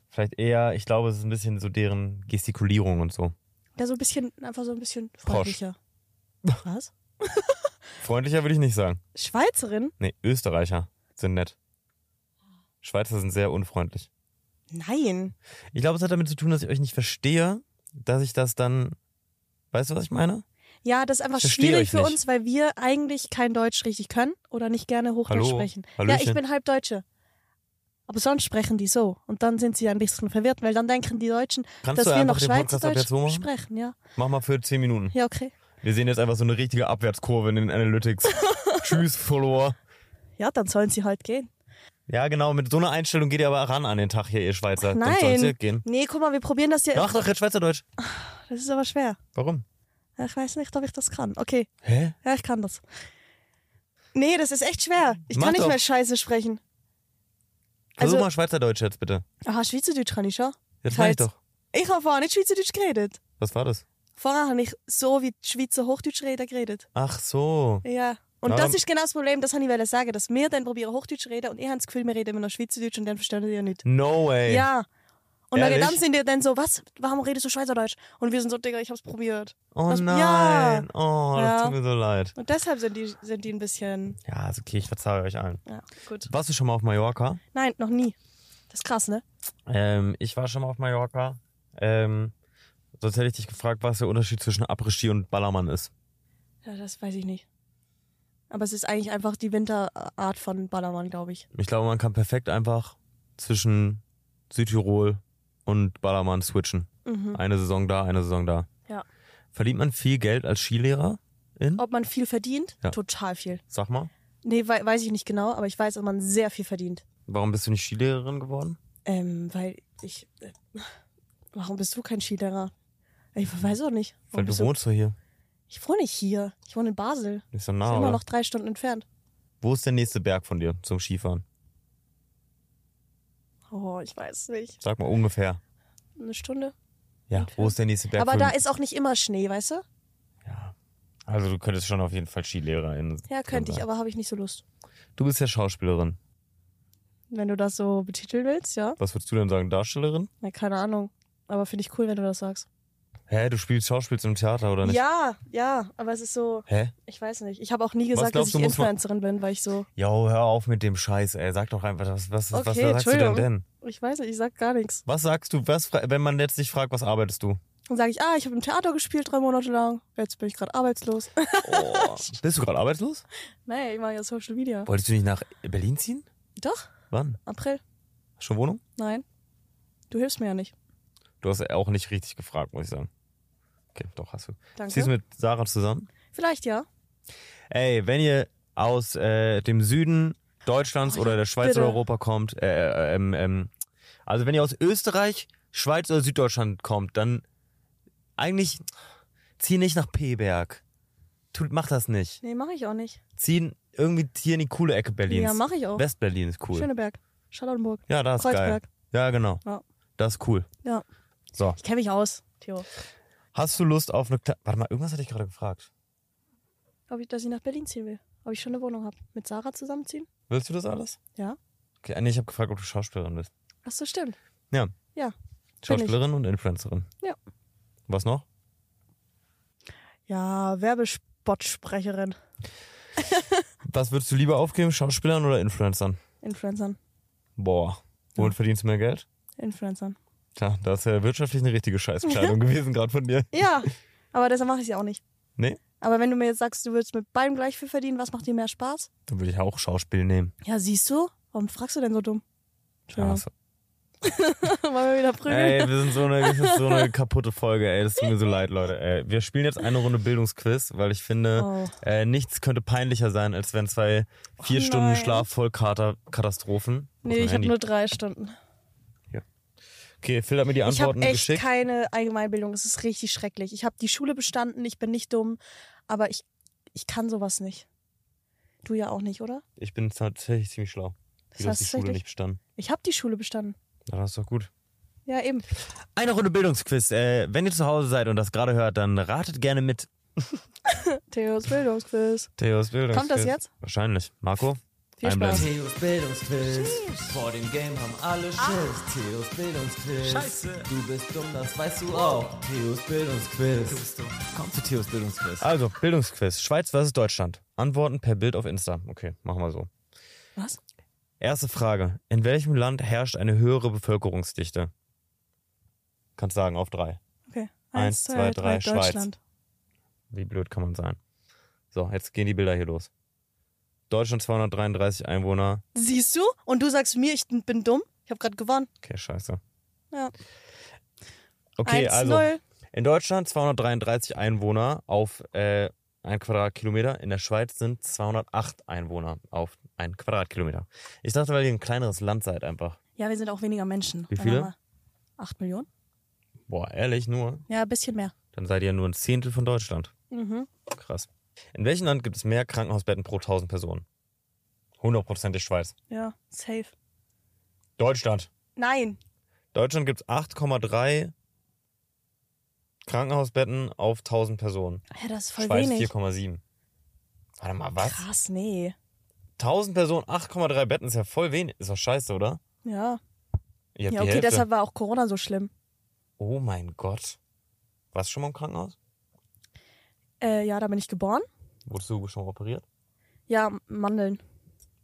Speaker 1: Vielleicht eher, ich glaube, es ist ein bisschen so deren Gestikulierung und so.
Speaker 2: Ja, so ein bisschen, einfach so ein bisschen
Speaker 1: Posch.
Speaker 2: freundlicher. Was?
Speaker 1: Freundlicher würde ich nicht sagen.
Speaker 2: Schweizerin?
Speaker 1: Nee, Österreicher sind nett. Schweizer sind sehr unfreundlich.
Speaker 2: Nein.
Speaker 1: Ich glaube, es hat damit zu tun, dass ich euch nicht verstehe, dass ich das dann. Weißt du, was ich meine?
Speaker 2: Ja, das ist einfach
Speaker 1: Ich verstehe
Speaker 2: schwierig
Speaker 1: euch
Speaker 2: für
Speaker 1: nicht.
Speaker 2: uns, weil wir eigentlich kein Deutsch richtig können oder nicht gerne Hochdeutsch
Speaker 1: Hallo,
Speaker 2: sprechen. Ja, ich
Speaker 1: Hallöchen.
Speaker 2: bin halb Deutsche. Aber sonst sprechen die so. Und dann sind sie ein bisschen verwirrt, weil dann denken die Deutschen,
Speaker 1: Kannst
Speaker 2: dass
Speaker 1: du
Speaker 2: wir
Speaker 1: einfach
Speaker 2: noch
Speaker 1: den Podcast ab
Speaker 2: Schweizerdeutsch
Speaker 1: jetzt so machen?
Speaker 2: sprechen. Ja,
Speaker 1: Mach mal für 10 Minuten.
Speaker 2: ja okay.
Speaker 1: Wir sehen jetzt einfach so eine richtige Abwärtskurve in den Analytics. Tschüss, Follower.
Speaker 2: Ja, dann sollen sie halt gehen.
Speaker 1: Ja, genau, mit so einer Einstellung geht ihr aber ran an den Tag hier, ihr Schweizer. Dann soll's
Speaker 2: Nein.
Speaker 1: jetzt gehen.
Speaker 2: Nee, guck mal, wir probieren das hier.
Speaker 1: Mach doch jetzt Schweizerdeutsch.
Speaker 2: Das ist aber schwer.
Speaker 1: Warum?
Speaker 2: Ja, Ich weiß nicht, ob ich das kann. Okay,
Speaker 1: Hä?
Speaker 2: ja, ich kann das. Nee, das ist echt schwer. Ich
Speaker 1: Mach
Speaker 2: kann nicht
Speaker 1: doch.
Speaker 2: mehr Scheiße sprechen.
Speaker 1: Versuch
Speaker 2: Also-
Speaker 1: mal Schweizerdeutsch jetzt bitte.
Speaker 2: Aha, Schweizerdeutsch kann ich schon.
Speaker 1: Jetzt mach ich
Speaker 2: Schweiz.
Speaker 1: doch.
Speaker 2: Ich habe vorher nicht Schweizerdeutsch geredet.
Speaker 1: Was war das?
Speaker 2: Vorher habe ich so wie die Schweizer Hochdeutschreden geredet.
Speaker 1: Ach so.
Speaker 2: Ja. Und
Speaker 1: Ja,
Speaker 2: das
Speaker 1: dann-
Speaker 2: ist genau das Problem, das habe ich wollte sagen, dass wir dann probieren Hochdeutsch reden und ich habe das Gefühl, wir reden immer noch Schweizerdeutsch und dann verstehen die ja nicht.
Speaker 1: No way.
Speaker 2: Ja. Und dann,
Speaker 1: Ehrlich?
Speaker 2: dann sind die dann so, was, warum redest du Schweizerdeutsch? Und wir sind so, Digga, ich hab's probiert.
Speaker 1: Oh
Speaker 2: Was-
Speaker 1: nein.
Speaker 2: Ja.
Speaker 1: Oh, das
Speaker 2: Ja.
Speaker 1: tut mir so leid.
Speaker 2: Und deshalb sind die, sind die ein bisschen,
Speaker 1: Ja, ist okay, ich verzeihe euch allen.
Speaker 2: ja, gut.
Speaker 1: Warst du schon mal auf Mallorca?
Speaker 2: Nein, noch nie. Das ist krass, ne?
Speaker 1: Ähm, ich war schon mal auf Mallorca. Ähm, sonst hätte ich dich gefragt, was der Unterschied zwischen Après-Ski und Ballermann ist.
Speaker 2: Ja, das weiß ich nicht. Aber es ist eigentlich einfach die Winterart von Ballermann, glaube ich.
Speaker 1: Ich glaube, man kann perfekt einfach zwischen Südtirol und Ballermann switchen.
Speaker 2: Mhm.
Speaker 1: Eine Saison da, eine Saison da.
Speaker 2: Ja.
Speaker 1: Verdient man viel Geld als Skilehrer? In?
Speaker 2: Ob man viel verdient?
Speaker 1: Ja.
Speaker 2: Total viel.
Speaker 1: Sag mal,
Speaker 2: Nee, wei- weiß ich nicht genau, aber ich weiß, dass man sehr viel verdient.
Speaker 1: warum bist du nicht Skilehrerin geworden?
Speaker 2: Ähm, weil ich. Äh, warum bist du kein Skilehrer? Ich weiß auch nicht. Warum
Speaker 1: Weil du
Speaker 2: bist
Speaker 1: wohnst doch hier.
Speaker 2: Ich wohne nicht hier. Ich wohne in Basel.
Speaker 1: Nicht so
Speaker 2: Ist
Speaker 1: nah,
Speaker 2: immer
Speaker 1: oder?
Speaker 2: noch drei Stunden entfernt.
Speaker 1: Wo ist der nächste Berg von dir zum Skifahren?
Speaker 2: Oh, ich weiß nicht.
Speaker 1: Sag mal ungefähr.
Speaker 2: Eine Stunde.
Speaker 1: Ja, wo ist der nächste Berg
Speaker 2: aber
Speaker 1: von
Speaker 2: da ist auch nicht immer Schnee, weißt du?
Speaker 1: Ja. Also du könntest schon auf jeden Fall Skilehrerin
Speaker 2: Ja, könnte ich,
Speaker 1: sein.
Speaker 2: aber habe ich nicht so Lust.
Speaker 1: Du bist ja Schauspielerin.
Speaker 2: Wenn du das so betiteln willst, ja.
Speaker 1: Was würdest du denn sagen, Darstellerin?
Speaker 2: Na, keine Ahnung. Aber finde ich cool, wenn du das sagst.
Speaker 1: Hä, du spielst Schauspiels im Theater, oder nicht?
Speaker 2: Ja, ja, aber es ist so,
Speaker 1: Hä?
Speaker 2: ich weiß nicht. Ich habe auch nie gesagt,
Speaker 1: glaubst du,
Speaker 2: dass ich
Speaker 1: muss man-
Speaker 2: Influencerin bin, weil ich so,
Speaker 1: Jo, oh, hör auf mit dem Scheiß, ey. Sag doch einfach, was, was, was
Speaker 2: Okay,
Speaker 1: sagst du denn
Speaker 2: Entschuldigung.
Speaker 1: denn?
Speaker 2: ich weiß nicht, ich sag gar nichts.
Speaker 1: Was sagst du, was, fra- wenn man jetzt dich fragt, was arbeitest du?
Speaker 2: Dann sage ich, ah, ich habe im Theater gespielt drei Monate lang. Jetzt bin ich gerade arbeitslos.
Speaker 1: Oh. Bist du gerade arbeitslos?
Speaker 2: Nein, ich mache ja Social Media.
Speaker 1: Wolltest du nicht nach Berlin ziehen?
Speaker 2: Doch,
Speaker 1: Wann?
Speaker 2: April.
Speaker 1: Schon Wohnung?
Speaker 2: Nein. Du hilfst mir ja nicht.
Speaker 1: Du hast auch nicht richtig gefragt, muss ich sagen. Okay, doch hast du. Ziehst du
Speaker 2: Danke.
Speaker 1: mit Sarah zusammen?
Speaker 2: Vielleicht ja.
Speaker 1: Ey, wenn ihr aus äh, dem Süden Deutschlands
Speaker 2: Oh,
Speaker 1: oder der Schweiz
Speaker 2: bitte.
Speaker 1: oder Europa kommt, äh, äh, ähm, ähm, also wenn ihr aus Österreich, Schweiz oder Süddeutschland kommt, dann eigentlich Zieh nicht nach Peberg. Tut, mach das nicht.
Speaker 2: Nee, mache ich auch nicht.
Speaker 1: Zieh irgendwie hier in die coole Ecke Berlins.
Speaker 2: Ja, mache ich auch.
Speaker 1: Westberlin ist cool.
Speaker 2: Schöneberg, Charlottenburg.
Speaker 1: Ja, das ist
Speaker 2: Kreuzberg.
Speaker 1: geil. Ja, genau.
Speaker 2: Ja.
Speaker 1: Das ist cool.
Speaker 2: Ja.
Speaker 1: So.
Speaker 2: Ich kenne mich aus, Theo.
Speaker 1: Hast du Lust auf eine. Kle Warte mal, irgendwas hatte ich gerade gefragt.
Speaker 2: Ob ich, dass ich nach Berlin ziehen will. Ob ich schon eine Wohnung habe. Mit Sarah zusammenziehen?
Speaker 1: Willst du das alles?
Speaker 2: Ja.
Speaker 1: Okay, nee, ich habe gefragt, ob du Schauspielerin bist.
Speaker 2: Ach so, stimmt.
Speaker 1: Ja.
Speaker 2: Ja,
Speaker 1: Schauspielerin und Influencerin.
Speaker 2: Ja.
Speaker 1: Was noch?
Speaker 2: Ja, Werbespotsprecherin.
Speaker 1: Was würdest du lieber aufgeben, Schauspielern oder Influencern?
Speaker 2: Influencern.
Speaker 1: Boah. Womit verdienst du mehr Geld?
Speaker 2: Influencern.
Speaker 1: Tja, das ist ja wirtschaftlich eine richtige Scheißentscheidung gewesen gerade von dir.
Speaker 2: Ja, aber deshalb mache ich es ja auch nicht.
Speaker 1: Nee?
Speaker 2: Aber wenn du mir jetzt sagst, du würdest mit beidem gleich viel verdienen, was macht dir mehr Spaß?
Speaker 1: Dann würde ich auch Schauspiel nehmen.
Speaker 2: Ja, siehst du? Warum fragst du denn so dumm?
Speaker 1: Ja,
Speaker 2: Entschuldigung.
Speaker 1: so.
Speaker 2: Wollen wir wieder prügeln?
Speaker 1: Ey, ne? wir sind so eine, das ist so eine kaputte Folge, ey. Das tut mir so leid, Leute. Ey, wir spielen jetzt eine Runde Bildungsquiz, weil ich finde,
Speaker 2: Oh.
Speaker 1: äh, nichts könnte peinlicher sein, als wenn zwei vier
Speaker 2: nein.
Speaker 1: Stunden Schlaf voll Kater Katastrophen. Muss
Speaker 2: Nee,
Speaker 1: mein
Speaker 2: ich habe
Speaker 1: Handy-
Speaker 2: nur drei Stunden.
Speaker 1: Okay, Phil hat mir die
Speaker 2: Ich habe
Speaker 1: Antworten
Speaker 2: echt
Speaker 1: geschickt.
Speaker 2: keine Allgemeinbildung. Das ist richtig schrecklich. Ich habe die Schule bestanden, ich bin nicht dumm, aber ich, ich kann sowas nicht. Du ja auch nicht, oder?
Speaker 1: Ich bin tatsächlich ziemlich schlau.
Speaker 2: Das
Speaker 1: Du hast die Schule
Speaker 2: tatsächlich-
Speaker 1: nicht bestanden.
Speaker 2: Ich habe die Schule bestanden.
Speaker 1: Na, das ist doch gut.
Speaker 2: Ja, eben.
Speaker 1: Eine Runde Bildungsquiz. Äh, wenn ihr zu Hause seid und das gerade hört, dann ratet gerne mit.
Speaker 2: Theos Bildungsquiz.
Speaker 1: Theos Bildungsquiz.
Speaker 2: Kommt das jetzt?
Speaker 1: Wahrscheinlich. Marco?
Speaker 2: Viel
Speaker 1: Einblenden.
Speaker 2: Spaß.
Speaker 3: Theos Bildungsquiz. Vor dem Game haben alle Schiss. Theos Bildungsquiz. Ah. Scheiße. Du bist dumm, das weißt du auch. Theos Bildungsquiz. Du bist dumm. Komm zu Theos Bildungsquiz.
Speaker 1: Also, Bildungsquiz. Schweiz versus Deutschland. Antworten per Bild auf Insta. Okay, machen wir so.
Speaker 2: Was?
Speaker 1: Erste Frage. In welchem Land herrscht eine höhere Bevölkerungsdichte? Kannst sagen, auf drei.
Speaker 2: Okay.
Speaker 1: Eins, zwei, drei, Schweiz.
Speaker 2: Deutschland.
Speaker 1: Wie blöd kann man sein? So, jetzt gehen die Bilder hier los. Deutschland 233 Einwohner.
Speaker 2: Siehst du? Und du sagst mir, ich bin dumm? Ich habe gerade gewonnen.
Speaker 1: Okay, scheiße.
Speaker 2: Ja.
Speaker 1: Okay,
Speaker 2: 1,
Speaker 1: also.
Speaker 2: 0.
Speaker 1: In Deutschland 233 Einwohner auf äh, ein Quadratkilometer. In der Schweiz sind 208 Einwohner auf ein Quadratkilometer. Ich dachte, weil ihr ein kleineres Land seid einfach.
Speaker 2: Ja, wir sind auch weniger Menschen.
Speaker 1: Wie
Speaker 2: Dann
Speaker 1: viele?
Speaker 2: haben wir Acht Millionen?
Speaker 1: Boah, ehrlich nur?
Speaker 2: Ja, ein bisschen mehr.
Speaker 1: Dann seid ihr nur ein Zehntel von Deutschland.
Speaker 2: Mhm.
Speaker 1: Krass. In welchem Land gibt es mehr Krankenhausbetten pro 1000 Personen? Hundertprozentig Schweiz.
Speaker 2: Ja, safe.
Speaker 1: Deutschland.
Speaker 2: Nein.
Speaker 1: Deutschland gibt es 8,3 Krankenhausbetten auf 1000 Personen.
Speaker 2: Ja, das ist voll
Speaker 1: Schweiz
Speaker 2: wenig.
Speaker 1: 4,7. Warte mal, was?
Speaker 2: Krass, nee.
Speaker 1: 1000 Personen, 8,3 Betten ist ja voll wenig. Ist doch scheiße, oder?
Speaker 2: Ja.
Speaker 1: Ihr habt
Speaker 2: Ja,
Speaker 1: die
Speaker 2: okay,
Speaker 1: Hälfte.
Speaker 2: deshalb war auch Corona so schlimm.
Speaker 1: Oh mein Gott. Warst du schon mal im Krankenhaus?
Speaker 2: Äh, ja, da bin ich geboren.
Speaker 1: Wurdest du schon operiert?
Speaker 2: Ja, Mandeln.